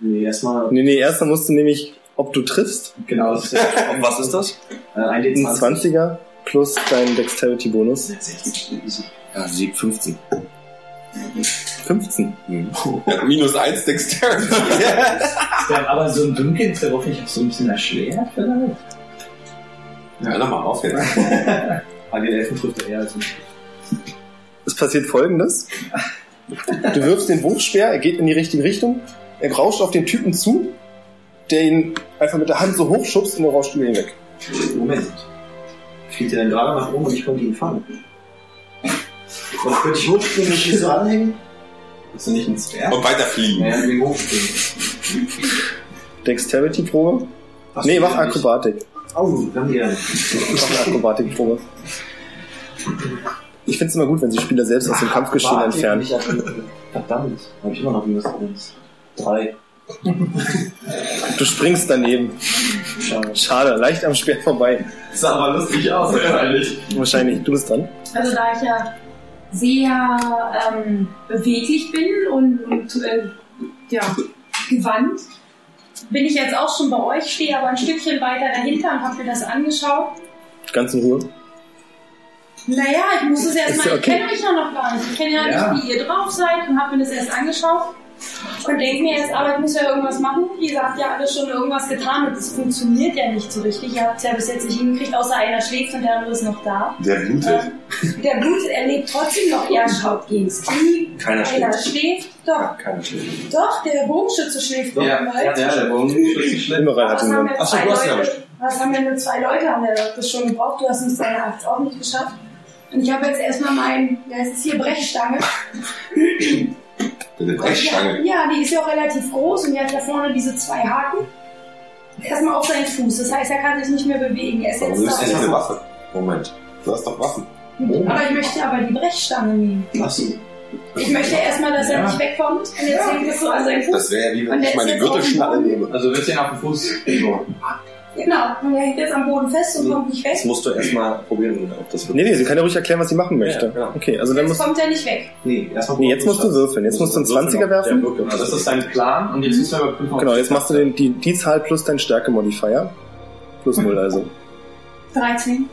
Nee, erstmal
Nee, nee, erstmal musst du nämlich, ob du triffst,
genau das ist ja,
Und was ist das?
äh, ein
ein
D20.
20er plus deinen Dexterity-Bonus.
Ja, Sieg 15.
15.
Minus 1 Dexterity.
Ja, aber so ein Dunkel ist darauf, ich habe so ein bisschen erschwert vielleicht.
ja, nochmal auf jetzt.
Ah, den Elfen trifft er eher als mich.
Es passiert folgendes. Du wirfst den Wurfspeer, er geht in die richtige Richtung, er rauscht auf den Typen zu, der ihn einfach mit der Hand so hochschubst und er rauscht über ihn weg.
Moment. Fliegt er denn gerade nach oben und ich konnte ihn fangen? Und könnte ich hochspringen und mich so anhängen?
Bist du nicht ein Zwerg?
Und weiter fliegen.
Naja, wegen hochspringen.
Dexterity-Probe?
Ach,
Nee, mach
ja nicht.
Akrobatik.
Au, Oh, dann gerne.
Mach eine Akrobatik-Probe. Ich find's immer gut, wenn sich Spieler selbst aus dem Kampfgeschehen
Warte,
entfernen.
ich hab- Verdammt, habe ich immer noch minus eins. Drei.
Du springst daneben.
Schade.
Schade, leicht am Speer vorbei.
Sah aber lustig aus, wahrscheinlich.
Wahrscheinlich, du bist dran.
Also da ich ja sehr ähm, beweglich bin und, und äh, ja, gewandt, bin ich jetzt auch schon bei euch, stehe aber ein Stückchen weiter dahinter und habe mir das angeschaut.
Ganz in Ruhe.
Naja, ich muss es erst
Ist
mal,
ja
ich
okay.
kenne mich ja noch gar nicht. Ich kenne ja,
Ja.
nicht, wie ihr drauf seid und habe mir das erst angeschaut und denke mir jetzt, aber ich muss ja irgendwas machen. Ihr habt ja alle schon irgendwas getan und es funktioniert ja nicht so richtig. Ihr habt es ja bis jetzt nicht hingekriegt, außer einer schläft und der andere ist noch da. Ähm,
Der blutet.
Der Blut erlebt trotzdem noch, er schaut gegen das Knie,
Keiner
einer
schläft.
schläft, doch,
Keiner schläft.
doch, der Bogenschütze schläft doch.
Ja,
mal.
ja, der Bogen schlecht.
Immerhin hat
Was
ihn
haben
dann.
wir
Ach so,
zwei
du hast ja
Leute? Was haben denn nur zwei Leute? Haben wir das schon gebraucht? Du hast uns deine Axt auch nicht geschafft. Und ich habe jetzt erstmal mein, ja, es ist hier Brechstange.
Eine Brechstange.
Ja, die ist ja auch relativ groß und die hat ja vorne diese zwei Haken. Erstmal auf seinen Fuß. Das heißt, er kann sich nicht mehr bewegen. Er ist
Warum nimmst du
jetzt
nicht
da.
eine Waffe? Moment. Du hast doch Waffen.
Aber ich möchte aber die Brechstange nehmen.
Achso.
Ich möchte erstmal, dass er
Ja.
nicht wegkommt. Und jetzt hängt es so an seinen Fuß.
Das wäre ja wie wenn
Und
ich
der
meine
ist jetzt
Gürtelschnalle
auf dem
nehme.
Also willst du ihn auf den Fuß? So.
Genau. Und er hängt jetzt am Boden fest und kommt nicht weg.
Das musst du erstmal probieren, ob das
Nee, nee, sie kann ja ruhig erklären, was sie machen möchte.
Ja, ja.
Okay, also dann
Jetzt
musst,
kommt er nicht weg.
Nee, erstmal
nee, jetzt musst du würfeln. Jetzt musst du einen 20er werfen.
Ja,
Genau, das ist dein Plan und jetzt müssen wir überprüfen, ob
Genau, jetzt machst du den, die, die Zahl plus dein Stärke-Modifier. Plus null also.
13.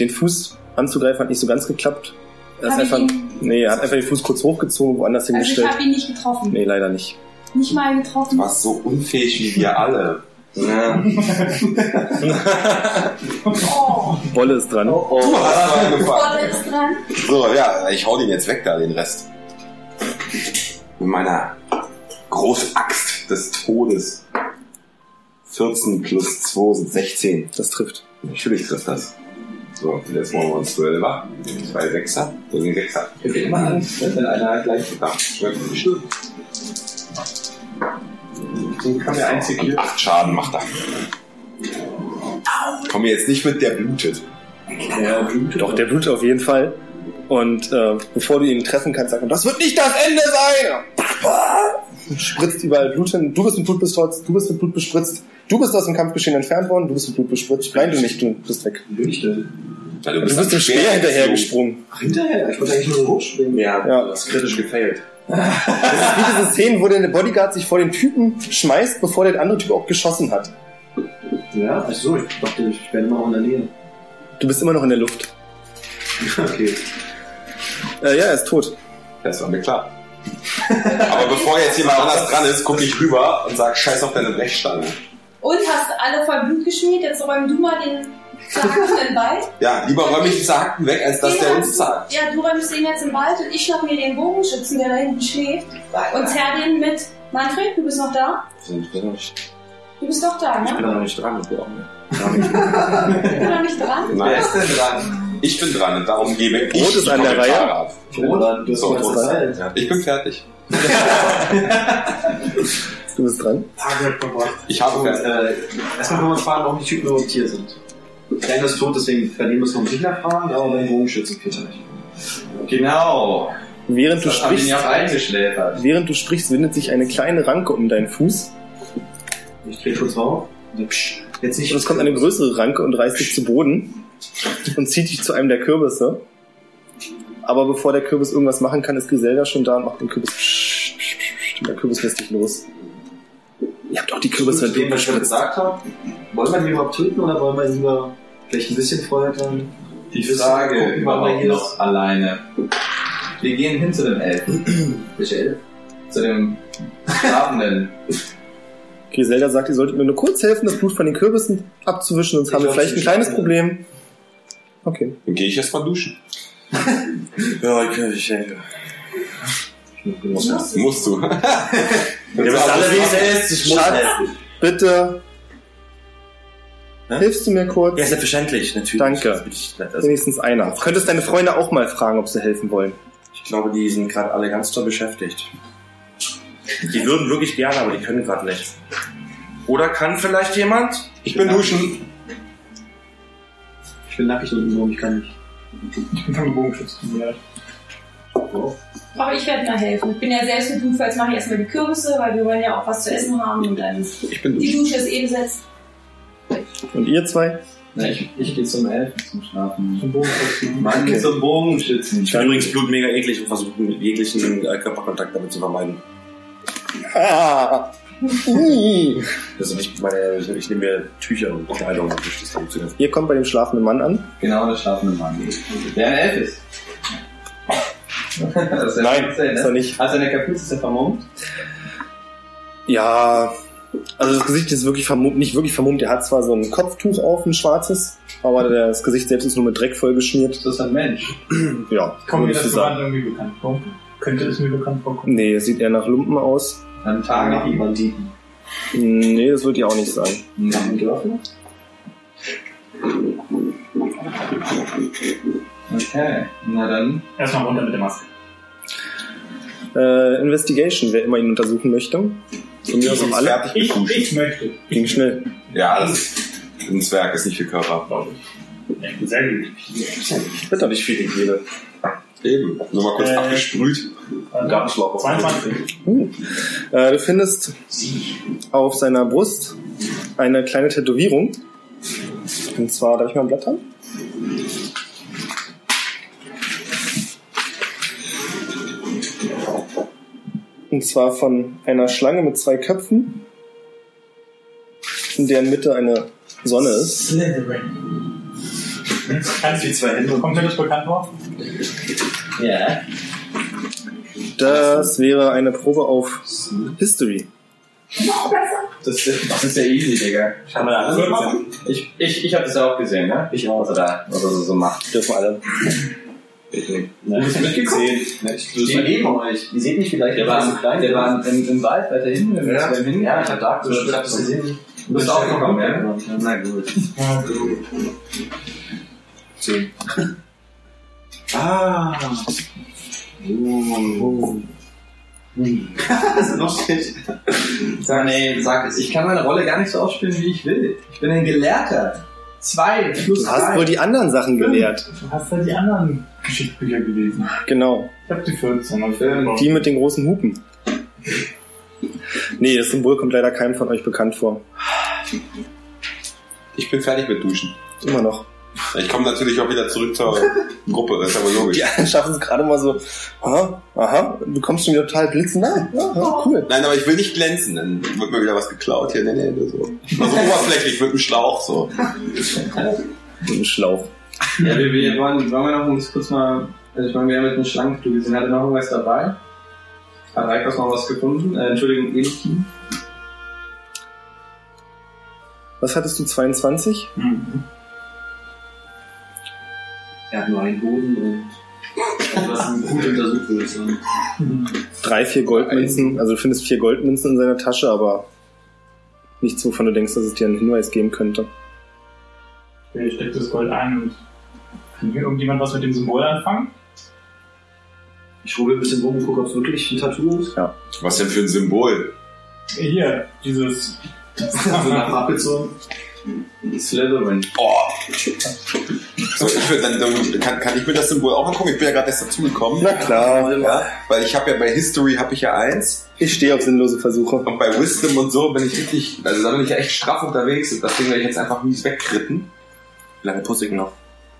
Den Fuß anzugreifen hat nicht so ganz geklappt. Er ist
Hab ich
einfach,
ihn-
nee, er hat einfach den Fuß kurz hochgezogen, woanders
Also ich
hingestellt.
habe ihn nicht getroffen.
Nee, leider nicht.
Nicht mal
Du
getroffen.
warst so unfähig wie wir alle.
Ja.
Oh,
Bolle ist dran.
Du hast doch angefangen.
Gott ist dran.
So, ja, ich hau den jetzt weg da, den Rest. Mit meiner Großaxt des Todes. 14 plus 2 sind 16.
Das trifft.
Natürlich trifft das. So, und jetzt wollen wir uns 12er. Zwei Sechser. So sind Sechser.
Ich hab immer Angst, ne, wenn einer gleich
Da, schön.
den können wir einzig
Und 8 Schaden macht er. Komm mir jetzt nicht mit, der blutet.
der blutet.
Doch, der blutet auf jeden Fall. Und äh, bevor du ihn treffen kannst, sagt man, das wird nicht das Ende sein! spritzt überall Blut hin. Du bist mit Blut bespritzt, du bist mit Blut bespritzt. Du bist aus dem Kampfgeschehen entfernt worden, du bist mit Blut bespritzt. Nein, du nicht, du bist weg.
Bin ich denn?
Ja,
Du bist dem Speer hinterhergesprungen.
Ach, hinterher? Ich wollte eigentlich nur so hochspringen.
Ja,
Ja.
du hast kritisch gefailt.
Das ist wie diese Szene, wo der Bodyguard sich vor den Typen schmeißt, bevor der andere Typ auch geschossen hat.
Ja, ach so, ich dachte, ich werde immer noch in der Nähe.
Du bist immer noch in der Luft.
Okay.
Äh, ja, er ist tot.
Das war mir klar. Aber bevor jetzt jemand anders dran ist, gucke ich rüber und sag scheiß auf deine Brechstange.
Und hast alle voll Blut geschmiert, jetzt räum du mal den zerhackenden Wald.
Ja, lieber räume ich diese Hacken weg, als dass der uns zahlt.
Ja, du räumst ihn jetzt im Wald und ich schnapp mir den Bogenschützen, der da hinten schläft. Und zerr den mit. Manfred, du bist noch da?
Ich bin noch nicht,
Du bist doch da,
ich
ne?
bin noch nicht dran. Du auch nicht.
Ich bin noch nicht dran.
Wer
Nein,
ist denn dran?
ich bin dran und darum gebe ich
Rot ist
die
an der
Kommentare
Reihe.
ab.
Ich bin dran, du hast
So,
die ganze
Rot ist-
Zeit.
Ja.
Ich bin fertig.
Du bist dran.
Ah, Gott, Gott, Gott.
Ich habe
Und,
fertig.
äh, erstmal können wir uns fragen, warum die Typen überhaupt hier sind. Kleiner ist tot, deswegen bei dem müssen wir uns nicht nachfragen, aber beim Bogenschützen vielleicht.
Genau.
Während du
Das haben ihn
sprichst,
ja auch eingeschläfert.
während du sprichst, windet sich eine kleine Ranke um deinen Fuß
Ich drehe kurz auf. Und dann, psch, Jetzt nicht.
und es kommt eine größere Ranke und reißt dich zu Boden und zieht dich zu einem der Kürbisse. Aber bevor der Kürbis irgendwas machen kann, ist Griselda schon da und macht den Kürbis. psch, psch, psch, psch, Und der Kürbis lässt dich los. Ihr habt auch die
Gut,
Kürbisse
mit dem, was ich schon
gespritzt.
gesagt habe. Wollen wir den überhaupt töten oder wollen wir lieber vielleicht ein bisschen vorher dann?
Die
wissen,
Frage
gucken, wann er
überhaupt
hier
noch
ist.
alleine. Wir gehen hin zu dem Elfen. Welcher Elf? Zu dem Schlafenden.
Griselda sagt, ihr solltet mir nur kurz helfen, das Blut von den Kürbissen abzuwischen, sonst
Ich
haben wir
glaub,
vielleicht ein
sie
kleines
schlafen.
Problem. Okay.
Dann gehe ich erstmal duschen.
Ja, ich, ich, ich.
Musst du. Ja,
Ihr wisst alle, wie es ist. Ich muss
Schatz,
helfen.
bitte.
Hä?
Hilfst du mir kurz?
Ja, selbstverständlich, natürlich.
Danke.
Das bin ich nett. Also,
Wenigstens einer. Du könntest deine Freunde auch mal fragen, ob sie helfen wollen.
ich glaube, die sind gerade alle ganz toll beschäftigt. Die würden wirklich gerne, aber die können gerade nicht. Oder kann vielleicht jemand?
Ich bin duschen.
Ich bin nackig und so, ich kann nicht.
Ich bin schon Bogenschützen. Ja.
Aber ich werde mal helfen. Ich bin ja selbst mit Blut, jetzt mache ich erstmal die Kürbisse, weil wir wollen ja auch was zu essen haben und dann
Ich bin
die
duschen.
Dusche ist eh eben selbst.
Und ihr zwei?
Na, ich, ich gehe zum Elfen zum Schlafen.
Zum Bogenschützen.
Mann
Okay.
zum Bogenschützen.
Ich finde übrigens Blut mega eklig und versuche jeglichen äh, Körperkontakt damit zu vermeiden.
Ah. Ui.
Also nicht, meine, ich, ich nehme mir Tücher und Kleidung und wische das damit zu.
ihr kommt bei dem schlafenden Mann an.
Genau, der schlafende Mann. Der ein Elf ist. Das ist ja witzig,
ist er
ne?
nicht.
Hat seine Kapuze ist er vermummt?
Ja, also das Gesicht ist wirklich vermummt, nicht wirklich vermummt. Er hat zwar so ein Kopftuch auf, ein schwarzes, aber das Gesicht selbst ist nur mit Dreck vollgeschmiert.
Ist das ein Mensch?
Ja,
Kommt mir
würdest du
das
sagen.
Gewand irgendwie bekannt vor? Könnte es mir bekannt vorkommen?
Nee, es sieht eher nach Lumpen aus.
Dann tage ich
Banditen.
Hm, Nee, das würdet ihr auch nicht sagen.
ihn.
Mit Waffen?
Okay, na dann.
Erstmal runter mit der Maske.
Äh, Investigation, wer immer ihn untersuchen möchte. Von mir aus auch alle.
fertig
Ich,
geduscht.
ich möchte.
Ging schnell.
Ja, das ist ein Zwerg, ist nicht viel Körper.
Glaube ich. Ja, Sehr gut.
Wird doch nicht viel gegeben.
Eben. Nur mal kurz
Äh.
abgesprüht.
Gartenschlauch. 22.
Uh. Äh, du findest auf seiner Brust eine kleine Tätowierung. Und zwar, darf ich mal ein Blatt haben? Und zwar von einer Schlange mit zwei Köpfen, in deren Mitte eine Sonne ist.
Slytherin. Kannst du die zwei Hände? Kommt mir das bekannt vor?
Ja.
Das wäre eine Probe auf History.
Das ist, das ist ja easy, Digga.
Haben wir da andere gemacht?
Ich, ich, ich hab das ja auch gesehen, ne? Ich auch. Was er da was er so, so macht. Ne?
Dürfen alle.
Du bist mitgekommen?
Die neben euch. Ihr seht mich vielleicht,
Der
ich bin so
war,
klein.
der war im, im Wald weiter hinten. wenn wir
Ja.
zu dem hin-
Ja, ich hab da
Du hast das gesehen.
gesehen.
Du bist auch gekommen, ja? Na gut.
Ja,
Ah. Oh. das ist noch schlecht.
Sag, nee, sag es. Ich kann meine Rolle gar nicht so ausspielen, wie ich will. Ich bin ein Gelehrter. Zwei plus
Du hast
drei.
wohl die anderen Sachen gelehrt.
Du hast ja die anderen Geschichtsbücher gelesen.
Genau.
Ich habe die 14. Und
Die mit den großen Hupen. Nee, das Symbol kommt leider keinem von euch bekannt vor.
Ich bin fertig mit Duschen.
Immer noch.
Ich komme natürlich auch wieder zurück zur Gruppe, das ist aber logisch.
Die anderen schaffen es gerade mal so, aha, aha, du kommst schon wieder total blitznah. Aha, cool.
Nein, aber ich will nicht glänzen, dann wird mir wieder was geklaut hier in der Nähe oder so. Mal so oberflächlich mit dem Schlauch so.
Ein Schlauch.
Ja, wir, wir wollen, wollen wir noch uns kurz mal. Also ich meine, wir haben jetzt eine Schlangenflug gesehen. Hat er noch irgendwas dabei? Hat Reikos noch was gefunden? Äh, Entschuldigung, Elikin.
Was hattest du, 22?
Er hat nur einen Boden und was gut untersucht würde ich sagen.
Drei, vier Goldmünzen, also du findest vier Goldmünzen in seiner Tasche, aber nichts, wovon du denkst, dass es dir einen Hinweis geben könnte.
Ich stecke das Gold ein und kann hier irgendjemand was mit dem Symbol anfangen?
Ich rubbel ein bisschen rum und gucke, ob es wirklich ein Tattoo ist.
Was denn für ein Symbol?
Hier, dieses.
so Also, nach Pappelzone.
Slytherin.
Boah. So, ich will, dann, dann kann, kann ich mir das Symbol auch angucken? Ich bin ja gerade erst dazugekommen.
Na klar,
Ja, weil ich habe ja bei History habe ich ja eins
ich stehe auf sinnlose Versuche.
und bei Wisdom und so bin ich richtig, also da bin ich ja echt straff unterwegs und das Ding werde ich jetzt einfach mies wegkritten.
Wie lange pusse ich noch?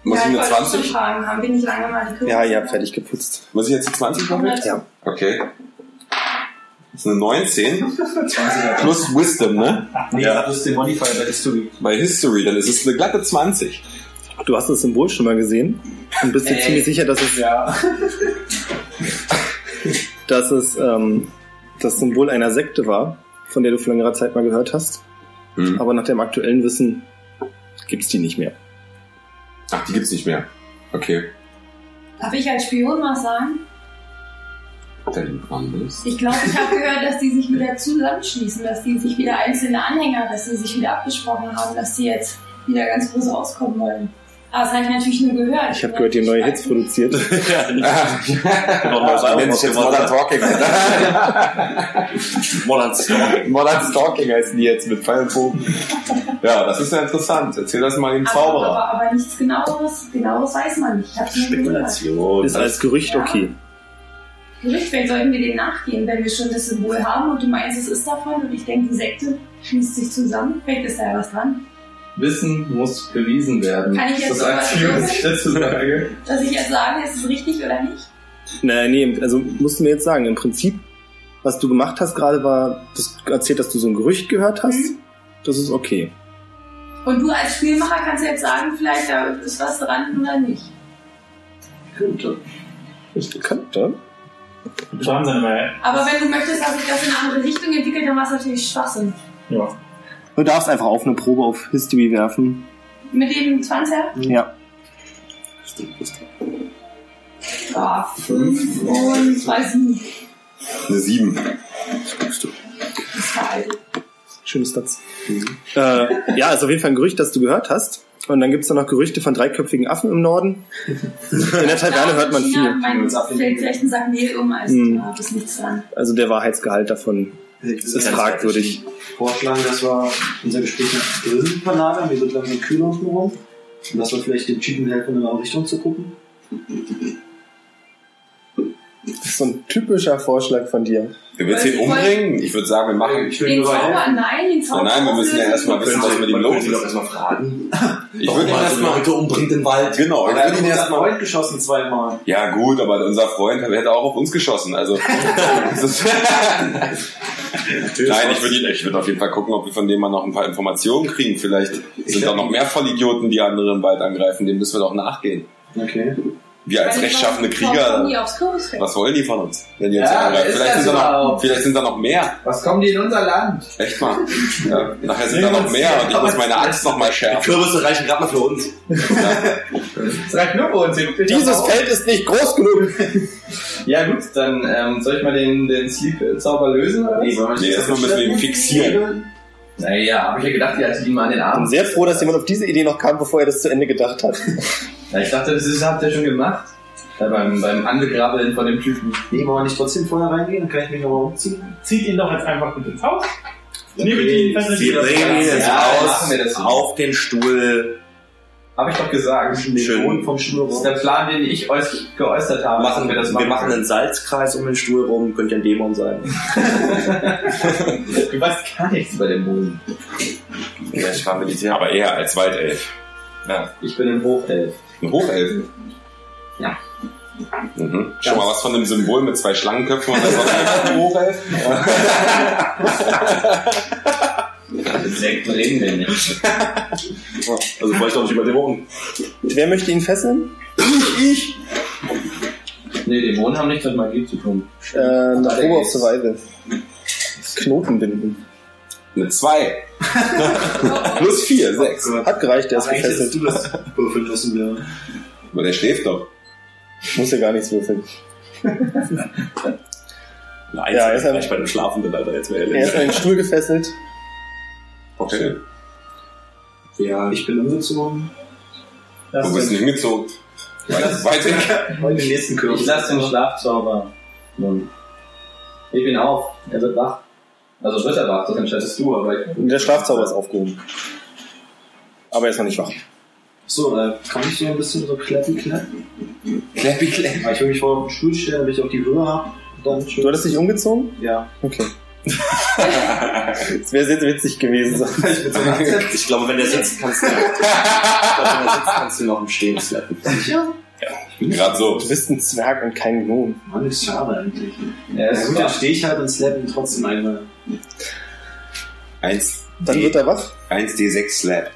Muss ich
ja,
eine
wollte schon
20?
Fragen, haben wir nicht lange mal die Kürbisse?
Ja, ihr habt fertig geputzt.
Muss ich jetzt die 20 machen?
Ja.
Okay. Das ist eine 19 plus Wisdom, ne?
Nee,
Ja.
das ist der Modifier bei History.
Genau,
Bei History, dann ist es eine glatte 20.
Du hast das Symbol schon mal gesehen und bist dir
Ey.
ziemlich sicher, dass es,
Ja.
dass es ähm, das Symbol einer Sekte war, von der du vor längerer Zeit mal gehört hast.
Hm.
Aber nach dem aktuellen Wissen gibt's die nicht mehr.
Ach, die gibt's nicht mehr. Okay.
Darf ich als Spion was sagen?
Dann anders.
Ich glaube, ich habe gehört, dass die sich wieder zusammenschließen, dass die sich wieder einzelne Anhänger, dass die sich wieder abgesprochen haben, dass die jetzt wieder ganz groß rauskommen wollen. Aber das habe ich natürlich nur gehört.
Ich habe gehört, ihr neue Hits produziert.
Noch ein neues
Ah,
Album
Mensch, jetzt
rausgebracht.
Modern Talking.
Modern Story.
Modern Stalking heißen die jetzt mit Pfeil und Bogen. Ja, das ist ja interessant. Erzähl das mal dem
aber,
Zauberer.
aber, aber nichts genaueres, genaueres weiß man nicht. Ich habe nur gehört.
Spekulation.
Ist als Gerücht okay.
Gerüchtwelt sollten wir dem nachgehen, wenn wir schon das Symbol haben und du meinst, es ist davon und ich denke, die Sekte schließt sich zusammen. Vielleicht ist da ja was dran.
Wissen muss bewiesen werden.
Kann ich
das
jetzt aber-
einzige, was ich dazu sage.
Dass ich jetzt sage, ist es richtig oder nicht?
Nein, nee, also musst du mir jetzt sagen, im Prinzip, was du gemacht hast gerade war, das erzählt, dass du so ein Gerücht gehört hast.
Mhm.
Das ist okay.
Und du als Spielmacher kannst jetzt sagen, vielleicht da ist was dran oder nicht.
Könnte.
Ist bekannt, oder?
Schaden seine Reihe.
Aber wenn du möchtest, dass sich das in eine andere Richtung entwickelt, dann war es natürlich Schwachsinn.
Ja.
Du darfst einfach auf eine Probe auf History werfen.
Mit dem 20er?
Ja.
Ja, 5 und weiß nicht.
Eine 7.
Das war alt.
Schönes Satz. Äh, ja, ist auf jeden Fall ein Gerücht, das du gehört hast. Und dann gibt's da noch Gerüchte von dreiköpfigen Affen im Norden. In der Taverne hört man
China,
viel.
Mein fällt vielleicht ein Sack Mehl um, also
Hm.
da ist nichts dran.
Also der Wahrheitsgehalt davon
Das
ist fragwürdig.
vorschlagen, dass wir unser Gespräch nach Grillen verlagern. Wir sind langsam kühl unten rum. Und dass wir vielleicht dem Typen helfen, in eine andere Richtung zu gucken.
Das ist so ein typischer Vorschlag von dir.
Du willst ihn umbringen? Ich würde sagen, wir machen.
Ich
Den Zauber, nein, den Zauber.
Oh Nein, nein, wir müssen ja
auflösen.
erstmal wissen, was mit ihm los ist.
erstmal fragen.
Ich würde ihn erstmal.
umbringt im Wald.
Genau, ich
Er hat
würde ihn
unseren
erstmal.
Freund geschossen zweimal.
Ja, gut, aber unser Freund der hätte auch auf uns geschossen. Also. Das ist- Nein, ich würde ihn- ich würde auf jeden Fall gucken, ob wir von dem mal noch ein paar Informationen kriegen. Vielleicht sind da noch mehr Vollidioten, die andere im Wald angreifen. Dem müssen wir doch nachgehen.
Okay.
Wir als
Weil ich
rechtschaffende
war-
Krieger.
war nie aufs Kürbisfeld.
Was wollen die von uns? Wenn die uns
Ja,
angreifen?
ist
Vielleicht,
ja
sind da noch,
überhaupt.
vielleicht sind da noch mehr.
Was kommen die in unser Land?
Echt mal. Ja, nachher sind da noch mehr und ich muss meine Axt nochmal schärfen.
Kürbisse reichen gerade mal für uns.
Das reicht nur bei uns. Ihr-
Dieses Feld ist nicht groß genug.
Ja gut, dann ähm, soll ich mal den, den Sleep-Zauber lösen oder was?
Nee, erstmal müssen wir ihn fixieren.
Naja, habe ich ja gedacht, ihr hattet ihn mal an den
Ich bin
Arm.
sehr froh, dass jemand auf diese Idee noch kam, bevor er das zu Ende gedacht hat.
Ja, ich dachte, das ist, habt ihr schon gemacht. Ja, beim, beim Angegrabbeln von dem Typen.
Nee, wollen wir nicht trotzdem vorher reingehen? Dann kann ich mich nochmal umziehen.
Zieht ihn doch jetzt einfach mit ins Haus. Nehmt ihn fest.
Wir bringen ihn jetzt
Ja,
raus
machen wir das so.
auf den Stuhl
Habe ich doch gesagt.
Schön.
Boden vom Stuhl
Das ist
raus.
der Plan, den ich euch geäußert habe.
Machen,
dass
wir, machen einen Salzkreis um den Stuhl rum, könnte ja ein Dämon sein.
Du weißt gar nichts über den Boden.
Ja, ich war Militär. Aber eher als Waldelf. Ja.
Ich bin im Hochelf.
Ein Hochelf.
Ja.
Mhm. Schon mal was von dem Symbol mit zwei Schlangenköpfen und dann Hochelf.
Sekt reden wir nicht.
Also vielleicht doch nicht über Dämonen.
Wer möchte ihn fesseln?
Nee, Dämonen haben nichts mit Magie zu tun.
Äh, eine
Weiter
Probe auf
geht's.
Survival. Knoten binden.
Mit zwei. Plus vier, sechs.
Hat gereicht, der ist
Eigentlich hättest
gefesselt.
du das würfeln müssen, ja.
Aber der schläft doch.
Muss ja gar nichts würfeln.
Nein,
Ja,
ja,
jetzt
ist gleich
haben-
bei dem Schlafenden, Alter, jetzt wäre
Er ist an den Stuhl gefesselt.
Okay.
Ja, ich bin umgezogen.
Du bist nicht mitgezogen. Weit, weit weg.
Heute den nächsten Kürbis.
Ich lasse den Schlafzauber. Nun. Ich bin auf. Er wird wach. Also wird er wach, das entscheidest du, aber ich.
Und der Schlafzauber ist aufgehoben. Aber er ist noch nicht wach.
So, äh, kann ich so ein bisschen so klappy klappen?
Clappy, clappy.
Weil ich will mich vorher auf den Stuhl stellen, damit ich auch die Höhe habe. Dann
Du hattest dich umgezogen?
Ja.
Okay. Es wäre sehr witzig gewesen.
Ich glaube, wenn der sitzt, kannst du, ich glaube, wenn der sitzt, kannst du ihn noch im Stehen slappen.
Gerade so.
Du bist ein Zwerg und kein Gnom.
Mann, ist schade eigentlich.
Er
Ja
ist
gut, dann
wach.
stehe ich halt und slap ihn trotzdem einmal.
Eins.
Dann wird er wach.
1D6 Slap.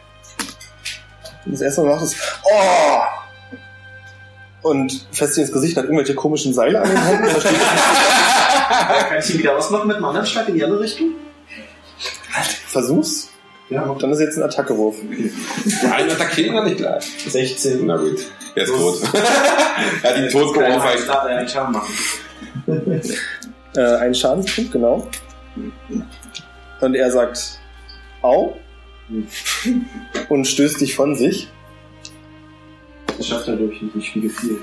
Das erste Mal macht es. Oh! Und fest ins Gesicht hat irgendwelche komischen Seile an den Händen. Versteht nicht.
Kann ich ihn wieder ausmachen mit einem anderen Schlag in die andere Richtung?
Versuch's.
Ja, noch
Dann ist jetzt ein Attackewurf.
Nein, attackieren wir nicht gleich.
16.
Na gut. Er ist tot. er hat ihn tot
Ich
geohrfeigt.
darf einen Charme machen.
Äh, einen Schadenspunkt, genau. Und er sagt Au und stößt dich von sich.
Das schafft er durch nicht, ich spiele viel.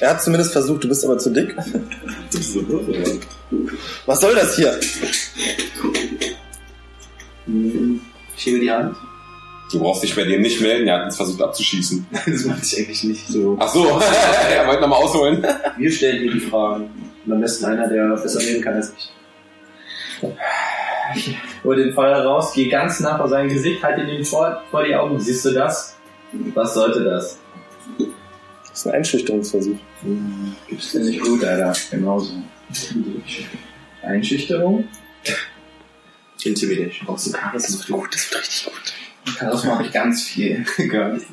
Er hat zumindest versucht, du bist aber zu dick. Was soll das hier?
Mhm. Ich hebe die Hand.
Du brauchst dich bei dem nicht melden. Er hat uns versucht abzuschießen.
Das meinte ich eigentlich nicht so.
Ach so. er wollte nochmal ausholen.
Wir stellen hier die Fragen. Und am besten einer, der besser reden kann als ich.
Hol den Feuer raus, geh ganz nah vor sein Gesicht, halt ihn ihm vor, vor die Augen. Siehst du das? Was sollte das?
Das ist ein Einschüchterungsversuch.
Gibt's dir nicht gut, Alter. Genauso. Einschüchterung?
Intimidation.
Brauchst du Charisma?
Gut, das wird richtig gut.
Daraus mache ich ganz viel. Gar nicht.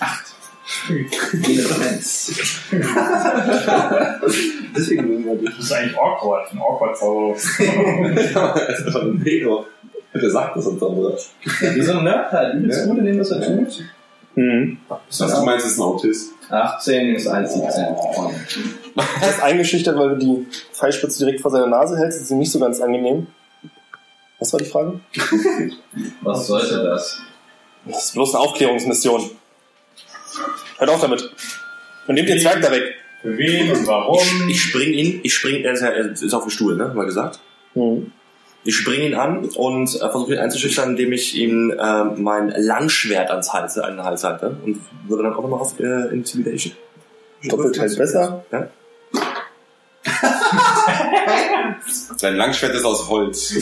Acht. Eloquenz.
Deswegen mögen wir dich.
Das ist eigentlich awkward. Ein awkward Zauberer.
Das ist doch ein Mega. Der sagt das uns aber.
Wie so ein Nerd halt. Übelst gut in dem, was er tut.
Mhm.
Was du meinst, ist ein Autist.
18 ist 1, 17.
Er ist eingeschüchtert, weil du die Pfeilspitze direkt vor seiner Nase hältst. Das ist ihm nicht so ganz angenehm. Was war die Frage?
Was sollte das?
Das ist bloß eine Aufklärungsmission. Hört auf damit. Und nehmt den Zwerg da weg.
Für wen und warum?
Ich, ich spring ihn, ich spring, er ist, ja- er ist auf dem Stuhl, ne, mal gesagt.
Mhm.
Ich spring ihn an und äh, versuche ihn einzuschüchtern, indem ich ihm äh, mein Langschwert ans Hals, an den Hals halte und würde dann auch nochmal auf äh, Intimidation.
Doppelt halt besser.
Ja?
Sein Langschwert ist aus Holz.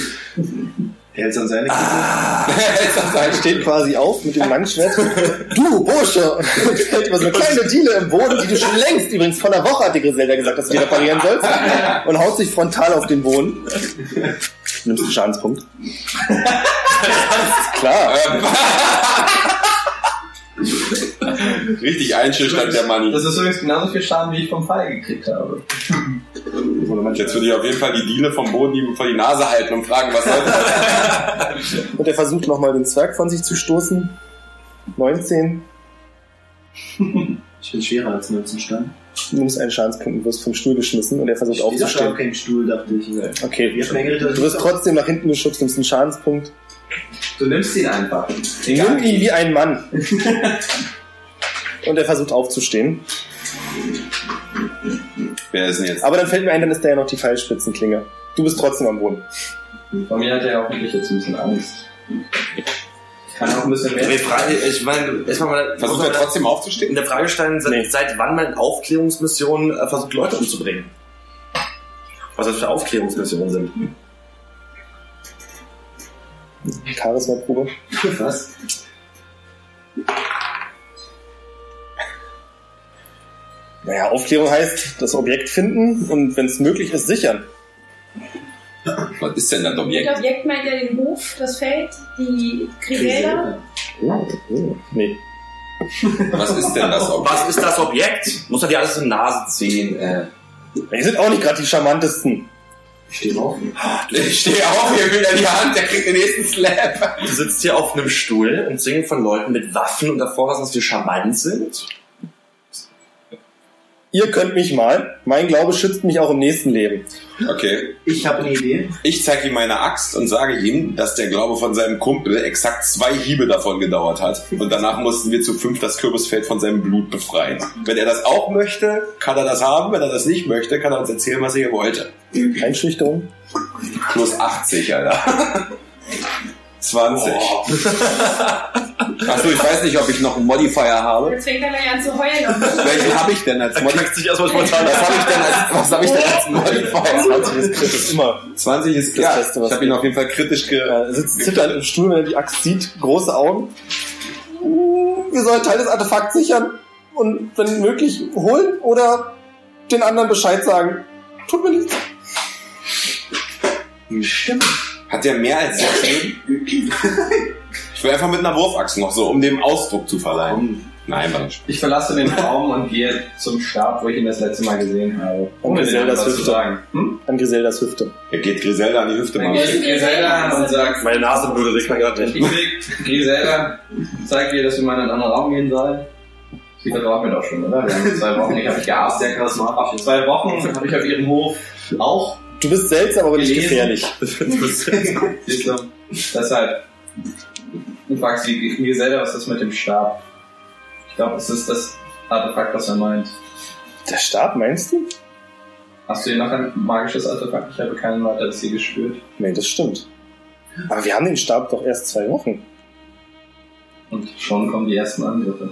Er hält an seine
Er steht quasi auf mit dem Langschwert. Du Bursche! Und fällt über so eine kleine Diele im Boden, die du schon längst, übrigens vor einer Woche hat dir Griselda gesagt, dass du die reparieren sollst. Und haut sich frontal auf den Boden. Du nimmst einen Schadenspunkt. Alles klar.
Richtig einschüchtert der Mann.
Das ist übrigens genauso viel Schaden, wie ich vom Pfeil gekriegt habe.
Jetzt würde ich auf jeden Fall die Diele vom Boden ihm vor die Nase halten und fragen, was soll das?
Und er versucht nochmal den Zwerg von sich zu stoßen. 19.
Ich bin schwerer als 19 Stand.
Du nimmst einen Schadenspunkt und wirst vom Stuhl geschmissen und er versucht
Ich habe
aufzustehen.
keinen Stuhl, dachte ich.
Okay.
Wir haben längere
Du wirst trotzdem nach hinten geschubst, nimmst einen Schadenspunkt.
Du nimmst ihn einfach.
Nimm ihn wie ein Mann. Und er versucht aufzustehen.
Wer ist denn jetzt?
Aber dann fällt mir ein, dann ist da ja noch die Pfeilspitzenklinge. Du bist trotzdem am Boden.
Von mir hat er ja hoffentlich jetzt ein bisschen Angst. Kann auch ein bisschen mehr.
Also Wir fragen, ich meine, erstmal mal,
Versucht er trotzdem
in
aufzustehen?
der Frage stellen, seit, seit wann man in Aufklärungsmissionen äh, versucht, Leute umzubringen. Was das für Aufklärungsmissionen sind.
Charisma-Probe.
Was?
Naja, Aufklärung heißt, das Objekt finden und wenn es möglich ist, sichern.
Was ist denn das Objekt?
Das Objekt meint ja den Hof, das Feld, die Kriegräder.
Nee.
Was ist denn das Objekt?
Was ist das Objekt? Muss er dir alles in die Nase ziehen? Äh,
Die sind auch nicht gerade die charmantesten.
Ich stehe auf.
Ich stehe auf, hier wieder die Hand, der kriegt den nächsten Slap.
du sitzt hier auf einem Stuhl und singst von Leuten mit Waffen und davor, was, dass wir charmant sind?
Ihr könnt mich mal. Mein Glaube schützt mich auch im nächsten Leben.
Okay.
Ich habe eine Idee.
Ich zeige ihm meine Axt und sage ihm, dass der Glaube von seinem Kumpel exakt zwei Hiebe davon gedauert hat. Und danach mussten wir zu fünf das Kürbisfeld von seinem Blut befreien. Wenn er das auch möchte, kann er das haben. Wenn er das nicht möchte, kann er uns erzählen, was er hier wollte.
Einschüchterung.
Plus 80, Alter. 20. Achso, ich weiß nicht, ob ich noch einen Modifier habe.
Jetzt fängt er gleich an zu heulen.
Welchen habe ich denn als Modifier?
sich erstmal spontan.
Was habe ich denn als, was hab ich denn als Modifier?
20 ist kritisch, immer.
20 ist
Das
ja,
Beste, was
Ich habe ihn
geht.
auf jeden Fall kritisch ge...
Er sitzt zitternd im Stuhl, wenn er die Axt sieht. Große Augen. Mm, Wir sollen Teil des Artefakts sichern und wenn möglich holen oder den anderen Bescheid sagen. Tut mir nichts.
Hat der mehr als sechs Leben? Ich will einfach mit einer Wurfaxt noch so, um dem Ausdruck zu
Um.
verleihen. Nein, war nicht.
Ich verlasse den Raum und gehe zum Stab, wo ich ihn das letzte Mal gesehen habe.
Und
den anderen
Griseldas
was zu
Hüfte.
sagen. Hm?
An Griseldas Hüfte.
Er geht Griselda an die Hüfte
Dann
machen.
geht Griselda an und sagt,
Meine Nase würde sich mal gerade
ich krieg Griselda, zeig dir, dass wir mal in einen anderen Raum gehen sollen. Sie vertraut mir doch schon, oder? Wir haben zwei Wochen, ich habe geaßt, sehr charismatisch. In zwei Wochen habe ich auf ihrem Hof auch
Du bist seltsam, aber nicht
Gelesen.
gefährlich.
Siehst du? Deshalb fragst sie mir selber, was ist mit dem Stab? Ich glaube, es ist das Artefakt, was er meint.
Der Stab, meinst du?
Hast du hier noch ein magisches Artefakt? Ich habe keinen weiteres hier gespürt.
Nee, das stimmt. Aber wir haben den Stab doch erst zwei Wochen.
Und schon kommen die ersten Angriffe.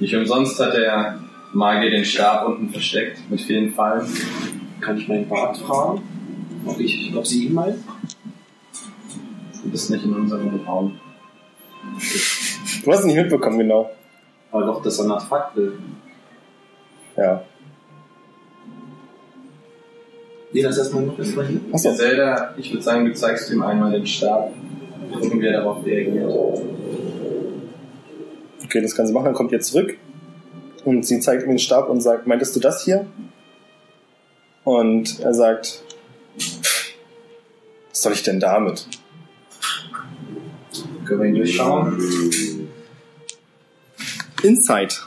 Nicht umsonst hat der Magier den Stab unten versteckt, mit vielen Fallen.
Kann ich meinen Bart fragen? Ob, ich, ob sie ihn meint?
Du bist nicht in unserem Raum.
Du hast ihn nicht mitbekommen, genau.
Aber doch, dass er nach Fakt will.
Ja.
Nee, das erstmal noch erstmal hier.
Achso.
Zelda, ich würde sagen, du zeigst ihm einmal den Stab. Gucken wir darauf reagiert.
Okay, das kann sie machen. Dann kommt ihr zurück. Und sie zeigt ihm den Stab und sagt, meintest du das hier? Und er sagt, "Pff, was soll ich denn damit?
Können wir ihn durchschauen?
Insight.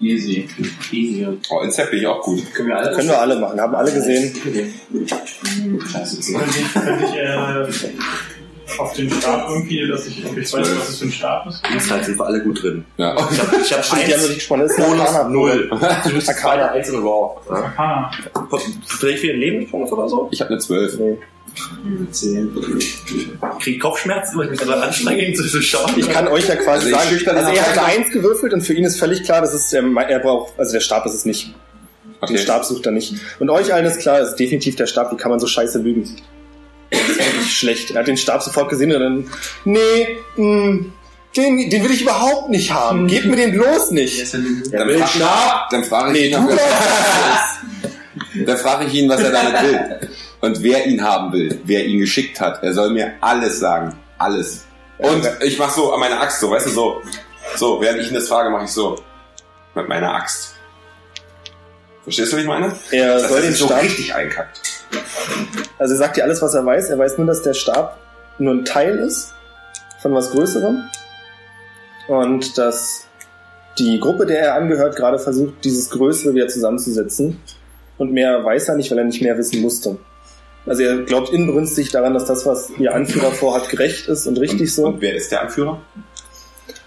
Easy.
Easy.
Oh, Incept bin ich auch gut.
Können wir alle
Können wir alle machen. Haben alle gesehen.
Scheiße.
Könnte ich, könnte ich äh, auf den Stab irgendwie, dass ich, ich weiß, was das für ein Stab ist?
Inside sind wir alle gut drin.
Ja.
Ich hab, ich hab
Stimmt, die haben noch
eins,
nicht gesponnen. Das ist eine
Bonus
Arcana.
null. Du bist
Arcana.
Arcana eins in Raw. Ja.
Ah,
Träg wie ein Lebenspunkt oder so?
Ich habe eine 12.
Nee.
Krieg Kopfschmerzen, weil ich mich daran anstrenge, ihn um zu zu schauen.
Ich kann euch ja quasi
Also ich schüchtern
sagen, also
nach
er hat eine
Hause.
Eins gewürfelt und für ihn ist völlig klar, das ist, er, er braucht, also der Stab ist es nicht. Den
Okay.
Stab sucht er nicht. Und euch allen ist klar, es ist definitiv der Stab. Wie kann man so scheiße lügen? Das ist wirklich schlecht. Er hat den Stab sofort gesehen und dann, nee, mh, den, den will ich überhaupt nicht haben. Gebt mir den bloß nicht.
Dann, fra dann frage ich, ihn,
Du
ob- dann frage ich ihn, was er damit will. Und wer ihn haben will, wer ihn geschickt hat. Er soll mir alles sagen. Alles. Und ich mache so an meiner Axt so, weißt du, so. So, während ich ihn das frage, mache ich so. Mit meiner Axt. Verstehst du, wie ich meine?
er
Dass
soll
er
den
sich so
Stab,
richtig einkackt.
also er sagt dir alles, was er weiß. Er weiß nur, dass der Stab nur ein Teil ist von was Größerem. Und dass die Gruppe, der er angehört, gerade versucht, dieses Größere wieder zusammenzusetzen. Und mehr weiß er nicht, weil er nicht mehr wissen musste. Also er glaubt inbrünstig daran, dass das, was ihr Anführer vorhat, gerecht ist und richtig
und,
so.
Und wer ist der Anführer?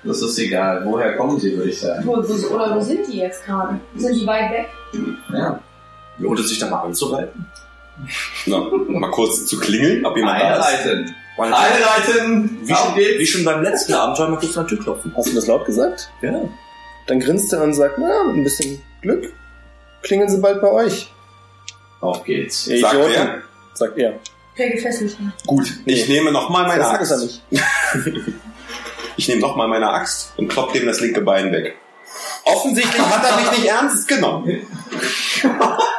Das ist egal. Woher kommen sie, würde ich sagen.
Wo, wo, oder wo sind die jetzt gerade? Sind die weit weg?
Ja.
Lohnt es sich da mal anzureiten?
Na, mal kurz um zu klingeln, ob jemand da ist.
Einreiten.
Weil-
Einleiten!
Wie schon, wie schon beim letzten Abenteuer, man kurz an die Tür klopfen.
Hast du das laut gesagt?
Ja.
Dann grinst er und sagt, na, mit ein bisschen Glück klingeln sie bald bei euch.
Auf geht's.
Ihr
Sagt
Idioten,
er?
Sagt er.
Wer gefesselt war.
Gut, ich nehme nochmal meine
Das sagt er
Axt.
nicht.
Ich nehme nochmal meine Axt und klopp dem das linke Bein weg. Offensichtlich hat er mich nicht ernst genommen.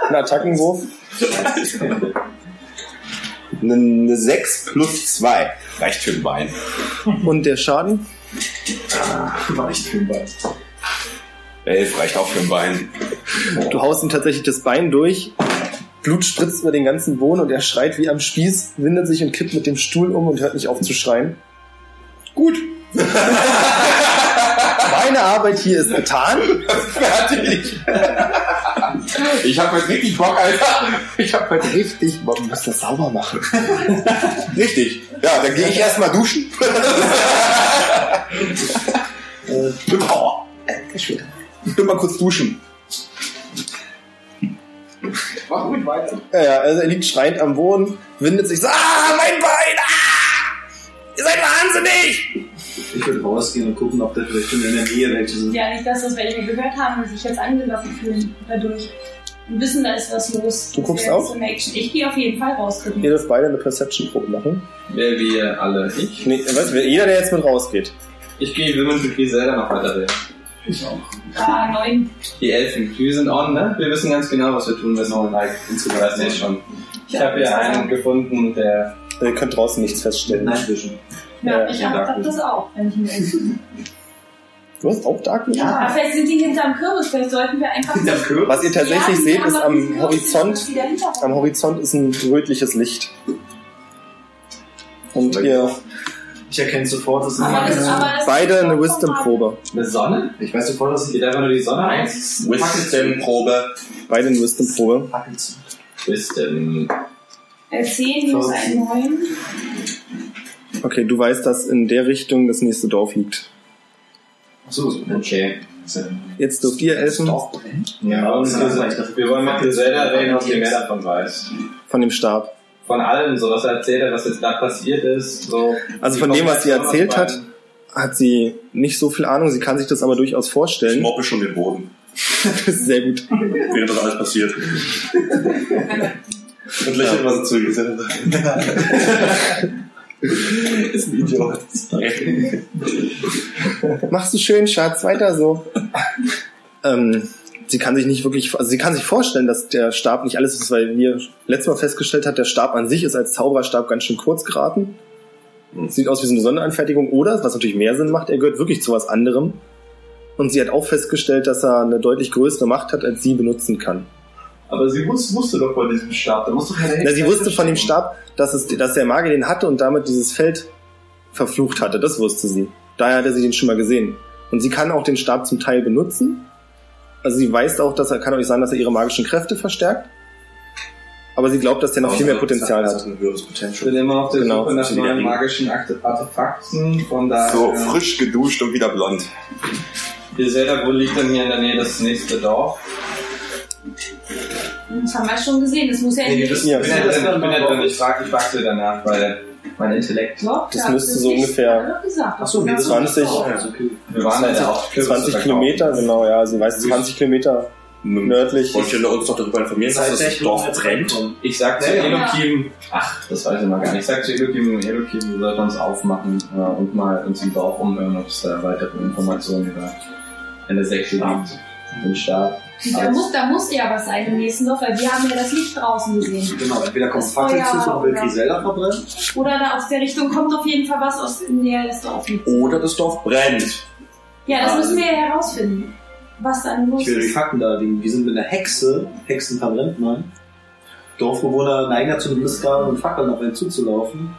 Ein Attackenwurf.
Eine 6 plus 2. Reicht für ein Bein.
Und der Schaden?
Elf reicht auch für ein Bein.
Du haust ihm tatsächlich das Bein durch. Blut spritzt über den ganzen Boden und er schreit wie am Spieß, windet sich und kippt mit dem Stuhl um und hört nicht auf zu schreien.
Gut,
Meine Arbeit hier ist getan.
fertig. Ich hab heute richtig Bock, Alter. Ich hab heute richtig Bock.
Du musst das sauber machen.
Richtig. Ja, dann gehe ich erstmal duschen. Boah. Ich will mal kurz duschen.
Mach ruhig weiter.
Ja, ja, also er liegt schreiend am Boden, windet sich so, ah, mein Bein, ah! Ihr seid wahnsinnig!
Ich würde rausgehen und gucken, ob da vielleicht schon in der Nähe welche sind.
Ja, nicht das, was wir eben gehört haben, und sich jetzt angegriffen fühlen dadurch. Und wissen, da ist was los.
Du guckst
Das wäre
auch?
so eine Action. Ich gehe auf jeden Fall raus.
Ihr dürft beide eine Perception-Probe machen.
Wer wir alle. Ich?
Nee, weißt du, jeder, der jetzt mit rausgeht.
Ich gehe Women to Griselda noch weiter reden.
Ah, neun.
Die Elfen, wir sind on, ne? Wir wissen ganz genau, was wir tun müssen, um Mike hinzubereiten. Ich schon. Ich habe ja einen gefunden, der.
Ihr äh, könnt draußen nichts feststellen.
Nein, Vision.
Ja,
Ja,
ich
ja,
hab,
danke.
hab das auch, wenn ich mir
Du hast auch Dark Vision?
Aber vielleicht sind die hinterm Kürbis, vielleicht sollten wir einfach.
Der Kürbis?
Was ihr tatsächlich
Ja,
seht,
ja,
ist
aber diesen
am
Kürbis,
Horizont
das wieder hinterher.
Am Horizont ist ein rötliches Licht. Und ihr
Ich erkenne sofort, dass es
Aber das- aber das-
beide eine Wisdom-Probe.
eine Sonne. Ich weiß sofort, dass es geht einfach nur die Sonne ein.
Wisdom-Probe.
Beide eine Wisdom-Probe.
Wisdom.
Äh, Zehn minus ein neun.
Okay, du weißt, dass in der Richtung das nächste Dorf liegt.
Achso, so.
Okay.
Jetzt dürft ihr Elfen
Ja, und wir, wir wollen mit Griselda reden, was ihr mehr davon weiß.
von dem Stab.
Von allem, so was er erzählt hat, was jetzt da passiert ist. So.
Also von dem, was sie erzählt hat,
beiden.
hat sie nicht so viel Ahnung. Sie kann sich das aber durchaus
Ich
Hm?
vorstellen.
moppe schon den Boden,
Sehr gut.
während das alles passiert. Und lächelt was zu Griselda. ist ein Idiot.
Machst du schön, Schatz, weiter so. ähm, sie kann sich nicht wirklich, also sie kann sich vorstellen, dass der Stab nicht alles ist, weil wir letztes Mal festgestellt hat, der Stab an sich ist als Zaubererstab ganz schön kurz geraten.
Hm.
Sieht aus wie so eine Sonderanfertigung oder, was natürlich mehr Sinn macht, er gehört wirklich zu was anderem. Und sie hat auch festgestellt, dass er eine deutlich größere Macht hat, als sie benutzen kann.
Aber sie wusste, wusste doch von diesem Stab. Da musst du keine
Na, sie wusste von dem Stab, dass, es, dass der Magier den hatte und damit dieses Feld verflucht hatte. Das wusste sie. Daher hatte sie den schon mal gesehen. Und sie kann auch den Stab zum Teil benutzen. Also sie weiß auch, dass er kann auch nicht sein, dass er ihre magischen Kräfte verstärkt. Aber sie glaubt, dass der noch viel mehr Potenzial
Das
hat.
hat ein höheres
Ich
Potential.
bin immer auf der
Genau,
Suche nach
sind die
neuen
Ringe.
magischen Akt- Artefakten. Von daher.
So, frisch geduscht und wieder blond.
Ihr seht ja, wo liegt denn hier in der Nähe das nächste Dorf?
Das haben wir schon gesehen, das muss ja in die Richtung.
Ja,
Ich bin ja drin, ich bin ja drin. Ich frage ich frag dir danach, weil mein Intellekt.
Doch,
Das
ja,
müsste
ist
so
nicht-
ungefähr-
hat er doch gesagt.
Achso, nee, das ist
20.
Oh, ja, so okay.
Wir waren da ja auch.
20 Kilometer, genau, ja. Sie weiß 20 Kilometer
Hm.
nördlich.
Wollt ihr uns doch darüber informieren, dass das Dorf brennt?
Ich sag zu
Ja, ja.
Elokim, ach, das weiß ich mal gar nicht. Ich sag zu Elokim, Elokim, wir sollten uns aufmachen äh, und mal uns im Dorf umhören, ob es da weitere Informationen über eine Sekte gibt. Den Stab.
Da muss, da muss ja was sein im nächsten Dorf, weil wir haben ja das Licht draußen gesehen.
Genau, entweder kommt Fackel
Feuer,
zu und will
oder?
Griselda verbrennen.
Oder da aus der Richtung kommt auf jeden Fall was aus in der das Dorf liegt.
Oder das Dorf brennt.
Ja, das müssen wir ja herausfinden, was dann los
Ich will die
ist.
Fakten da liegen. Die sind mit einer Hexe. Hexen verbrennt man. Dorfbewohner neigen dazu, mit Mistgabeln und Fackeln auf einen zuzulaufen.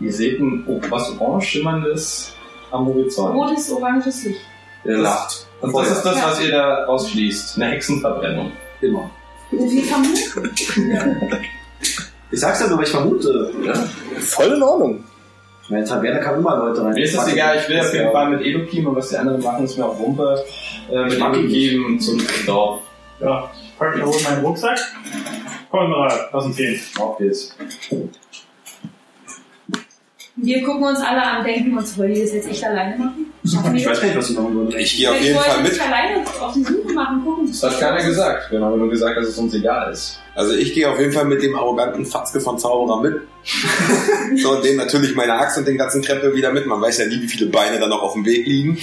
Ihr seht ein oh, was orange schimmerndes am Horizont.
Rotes, oranges Licht.
Ihr lacht. Und das ist das, was ihr da ausschließt. Eine Hexenverbrennung.
Immer.
Und wir vermuten,
Ich sag's ja nur, weil ich vermute.
Voll in Ordnung.
Ich meine, Taverne kann immer Leute rein.
Mir ist das egal, ich will auf jeden Fall mit Elokim und was die anderen machen, ist mir auch Wumpe. Äh, mit Elokim zum Dorf.
Ja, ich packe hier oben meinen Rucksack. Konrad, lass uns gehen.
Auf geht's.
Wir gucken uns alle an, denken uns, wollen die das jetzt echt alleine machen? Schaffen
Ich
wir das?
weiß nicht, was sie machen wollen.
Ich gehe auf jeden
wollte
Fall
uns
mit.
alleine auf die Suche machen, gucken.
Das hat keiner gesagt. Wir haben aber nur gesagt, dass es uns egal ist.
Also ich gehe auf jeden Fall mit dem arroganten Fatzke von Zauberer mit. so, und dem natürlich meine Axt und den ganzen Krempel wieder mit. Man weiß ja nie, wie viele Beine da noch auf dem Weg liegen.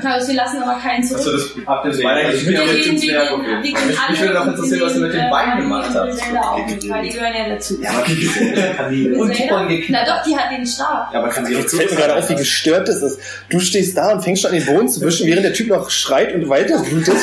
Klaus, wir lassen aber keinen zurück.
Habt ihr
Nee, also ich bin ja
wir
mit
gehen,
ins
wir
Werk,
gehen,
okay.
wir gehen alle
Mich würde auch interessieren, was ihr mit den Beinen gemacht habt.
Zelda auch mit, weil die gehören ja dazu.
Ja, aber wie
Und
Zelda-
Ohren geknackt.
Na doch, die hat den Stab.
Ja, aber kann sie auch
Fällt mir gerade auf, wie gestört das ist. Du stehst da und fängst schon an den Boden zu wischen, während der Typ noch schreit und weiter blutet.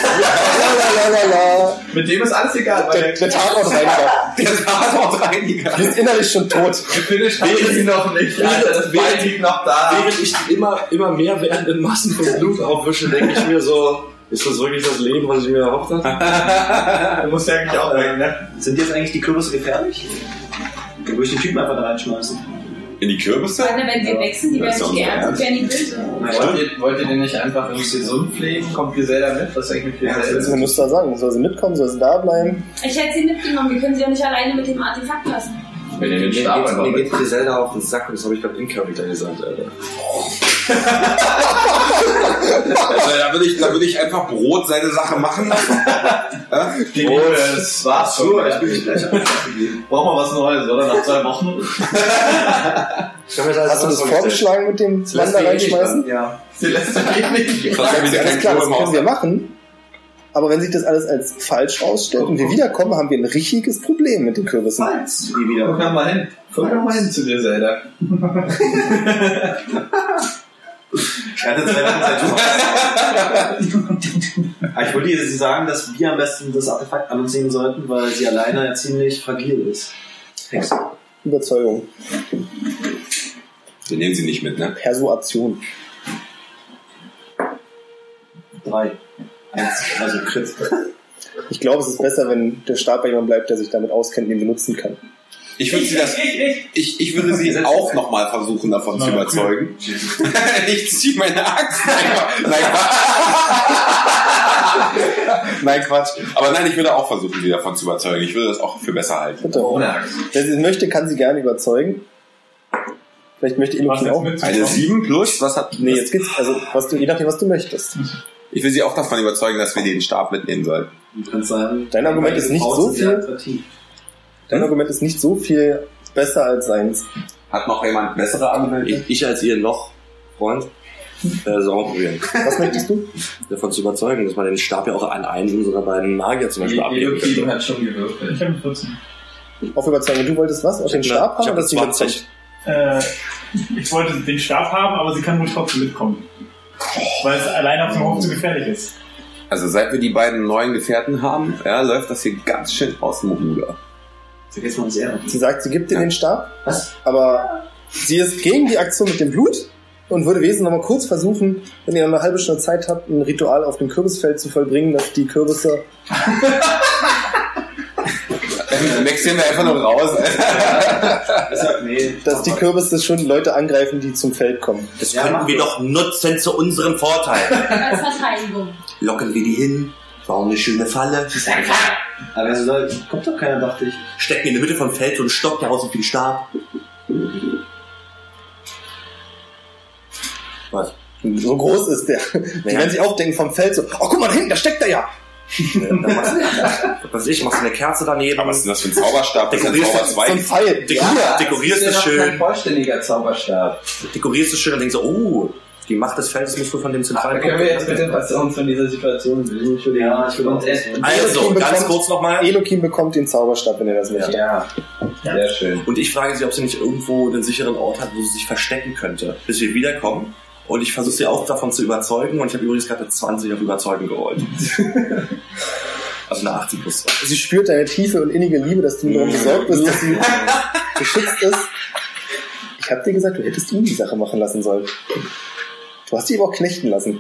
Lalalala.
Mit dem ist alles egal,
Der,
weil
der Tatort reinfällt.
Der Tatortreiniger.
Du bist innerlich schon tot.
der Finish hat sie noch nicht. Alter, das Bein liegt noch da.
Während ich die immer, immer mehr werdenden Massen von Blut aufwische, denke ich mir so, ist das wirklich das Leben, was ich mir erhofft habe?
Du musst ja eigentlich auch weg, ne?
Sind jetzt eigentlich die Kürbisse gefährlich? Dann würde ich den Typen einfach da reinschmeißen.
In die Kürbisse?
Weil wenn wir wechseln, die
Das ist
werden nicht
doch
geerntet, werden die böse.
Wollt ihr, wollt ihr den nicht einfach irgendwie gesund pflegen? Kommt Griselda mit? Was ist eigentlich mit Griselda?
Man muss da sagen, soll sie mitkommen, soll sie da bleiben?
Ich hätte sie mitgenommen, wir können sie auch nicht alleine mit dem Artefakt lassen.
Wenn ihr den Stab einfach
Mir
mit.
geht Griselda auf den Sack und das habe ich gerade in Character gesagt, Alter.
Also, da würde ich, da würde ich einfach Brot seine Sache machen lassen.
Oh, das war's schon. Ich bin nicht gleich Brauchen wir was Neues, oder? Nach zwei Wochen?
Ich glaub, mir hat
Hast du das
alles vorgestellt.
vorgeschlagen mit dem Mann da reinschmeißen?
Ja.
Sie lässt das nicht.
Sagst
Trotzdem ne?
du,
wieder kein
alles klar, das
Turm
können
aus.
wir machen. Aber wenn sich das alles als falsch ausstellt und wir wiederkommen, haben wir ein richtiges Problem mit den Kürbissen.
Falls die wieder.
Guck noch mal hin. Guck noch mal hin zu dir, Zelda.
Er hatte zwei Wochen Zeit. Aber ich wollte ihr sagen, dass wir am besten das Artefakt an uns nehmen sollten, weil sie alleine ja ziemlich fragil ist.
Überzeugung.
Wir nehmen sie nicht mit, ne?
Persuation.
Drei. Eins. Also Crit.
Ich glaube, es ist besser, wenn der Stab bei jemandem bleibt, der sich damit auskennt und ihn benutzen kann.
Ich würde sie das, ich, ich würde sie auch nochmal versuchen, davon zu überzeugen. ich ziehe meine Axt. einfach. Nein, Quatsch. Nein, Quatsch. Aber nein, ich würde auch versuchen, sie davon zu überzeugen. Ich würde das auch für besser halten.
Bitte.
Ohne Axt.
Wer sie möchte, kann sie gerne überzeugen. Vielleicht möchte
Was
Elokin
jetzt
auch.
Eine
mitzukommen?
7 plus, was hat.
Nee, jetzt geht's. Also, was du, je nachdem, was du möchtest.
Ich will sie auch davon überzeugen, dass wir den Stab mitnehmen sollten.
Du kannst sagen,
Dein Argument ist nicht
Frauen
so
sind sehr
viel.
attraktiv.
Dein Argument ist nicht so viel besser als seins.
Hat noch jemand bessere Argumente?
Ich, ich als ihr noch Freund äh, soll auch probieren,
Was möchtest du?
davon zu überzeugen, dass man den Stab ja auch an einen unserer beiden Magier zum Beispiel abgeben
Leokin
könnte.
hat schon gewürfelt.
Ich habe 14.
Auf Überzeugung. Du wolltest was? Auf den Stab
Ich
haben?
hab
dass die
20.
Äh, ich wollte den Stab haben, aber sie kann wohl trotzdem mitkommen. Weil es alleine auf dem Hof zu gefährlich ist.
Also seit wir die beiden neuen Gefährten haben, ja, läuft das hier ganz schön aus dem Ruder.
Vergiss mal das Ehre.
mit- Sie sagt, sie gibt dir
Ja.
den Stab,
Was?
aber sie ist gegen die Aktion mit dem Blut und würde wesen noch mal kurz versuchen, wenn ihr noch eine halbe Stunde Zeit habt, ein Ritual auf dem Kürbisfeld zu vollbringen, dass die Kürbisse
Ähm, Max sehen wir einfach nur raus. ne?
Er sagt, nee.
dass die Kürbisse schon Leute angreifen, die zum Feld kommen.
Das
Ja,
könnten
mach
wir doch nutzen zu unserem Vorteil.
Als Verteidigung.
Locken wir die hin, bauen eine schöne Falle,
Aber also, da kommt doch keiner, dachte ich.
stecken in der Mitte vom Feld so einen Stock daraus und den Stab. Was?
So groß ist der. Die
Ja.
werden sich auch denken vom Feld so, oh guck mal da hinten, da steckt er ja.
Ne, dann machst du, was weiß ich, machst du eine Kerze daneben,
Aber was ist denn das für ein Zauberstab? Das ist ein
Dekorierst du-
So ein
Zauberzweig.
Pfeil.
Deko dekorierst
das
es
ist ja noch kein
schön,
vollständiger Zauberstab.
dekorierst es schön und denkst so, oh, die Macht des Feldes muss wohl von dem
Da
zentralen
können wir jetzt bitte
Punkt
was uns von dieser Situation lösen. Entschuldigung.
Ja, ich will auch-
Und essen.
Also,
Elokin
ganz
bekommt-
kurz nochmal.
Elokin bekommt den Zauberstab, wenn er das möchte.
Ja, sehr schön.
Und ich frage sie, ob sie nicht irgendwo einen sicheren Ort hat, wo sie sich verstecken könnte, bis wir wiederkommen. Und ich versuche sie auch davon zu überzeugen. Und ich habe übrigens gerade eine 20 auf Überzeugen gerollt. also eine 18 plus 2.
Sie spürt deine tiefe und innige Liebe, dass du darum besorgt bist, dass sie geschützt ist. Ich hab dir gesagt, du hättest ihn die Sache machen lassen sollen. Du hast sie aber auch knechten lassen.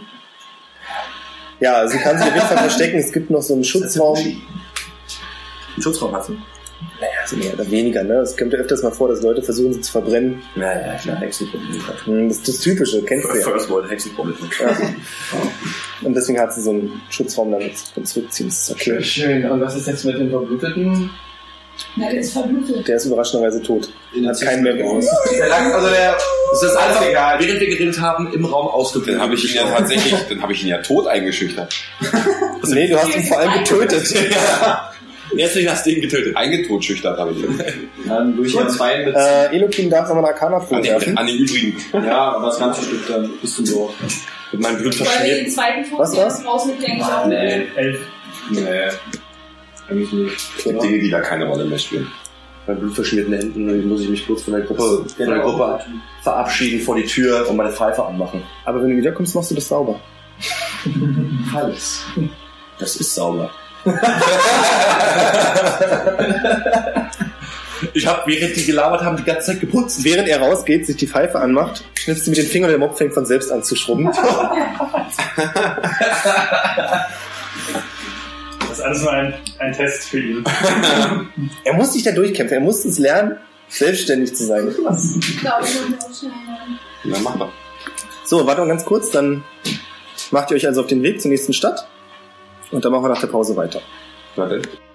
Ja, sie kann sich auf jeden Fall verstecken. Es gibt noch so einen Schutzraum.
Einen Schutzraum hast du?
Also mehr oder weniger, ne? Es kommt ja öfters mal vor, dass Leute versuchen, sie zu verbrennen.
Ja, ja, klar, Hexenproblem. halt.
Hm, Das ist das Typische, kennst du ja.
First World Hexenproblem.
Und deswegen hat sie so einen Schutzraum damit zurückziehen. Das ist okay.
Schön. Und was ist jetzt mit den verbluteten
Na, der ist verblüffelt.
Der ist überraschenderweise tot.
In
Hat keinen mehr gewusst.
Der lag, also der,
Es ist einfach,
egal.
während wir geredet haben, im Raum ausgeblendet.
Dann habe ich ihn ja tatsächlich, dann habe ich ihn ja tot eingeschüchtert.
Nee, du hast ihn vor allem getötet.
Deswegen hast du ihn getötet.
Eingetotschüchtert habe ich ihn.
Dann durch ja zwei mit.
Äh, Elokin darf nochmal eine Arcana-Probe
An den,
werfen.
an den übrigen.
Ja, aber das ganze Stück dann bis zum Dorf.
Mit meinem Blut
Weil wir
verschmiert.
den zweiten Tod
Was war's?
draußen denke ich auch.
Nee,
Elf.
nee. Eigentlich nicht.
Dinge, die da keine Rolle mehr spielen.
Mit Blut verschmierten Händen und jetzt muss ich mich kurz von der Gruppe, von der Gruppe verabschieden vor die Tür und meine Pfeife anmachen.
Aber wenn du wiederkommst, machst du das sauber.
Alles.
Das ist sauber. ich habe, während die gelabert haben, die ganze Zeit geputzt.
Während er rausgeht, sich die Pfeife anmacht, schnipst sie mit den Fingern und der Mob fängt von selbst an zu schrubben.
Das ist alles nur ein, ein Test für ihn.
Er muss sich da durchkämpfen, er muss es lernen, selbstständig zu sein.
Ich glaube, ich muss auch schnell lernen.
Na, mach doch.
So, warte mal ganz kurz, dann macht ihr euch also auf den Weg zur nächsten Stadt und dann machen wir nach der Pause weiter.
Na denn.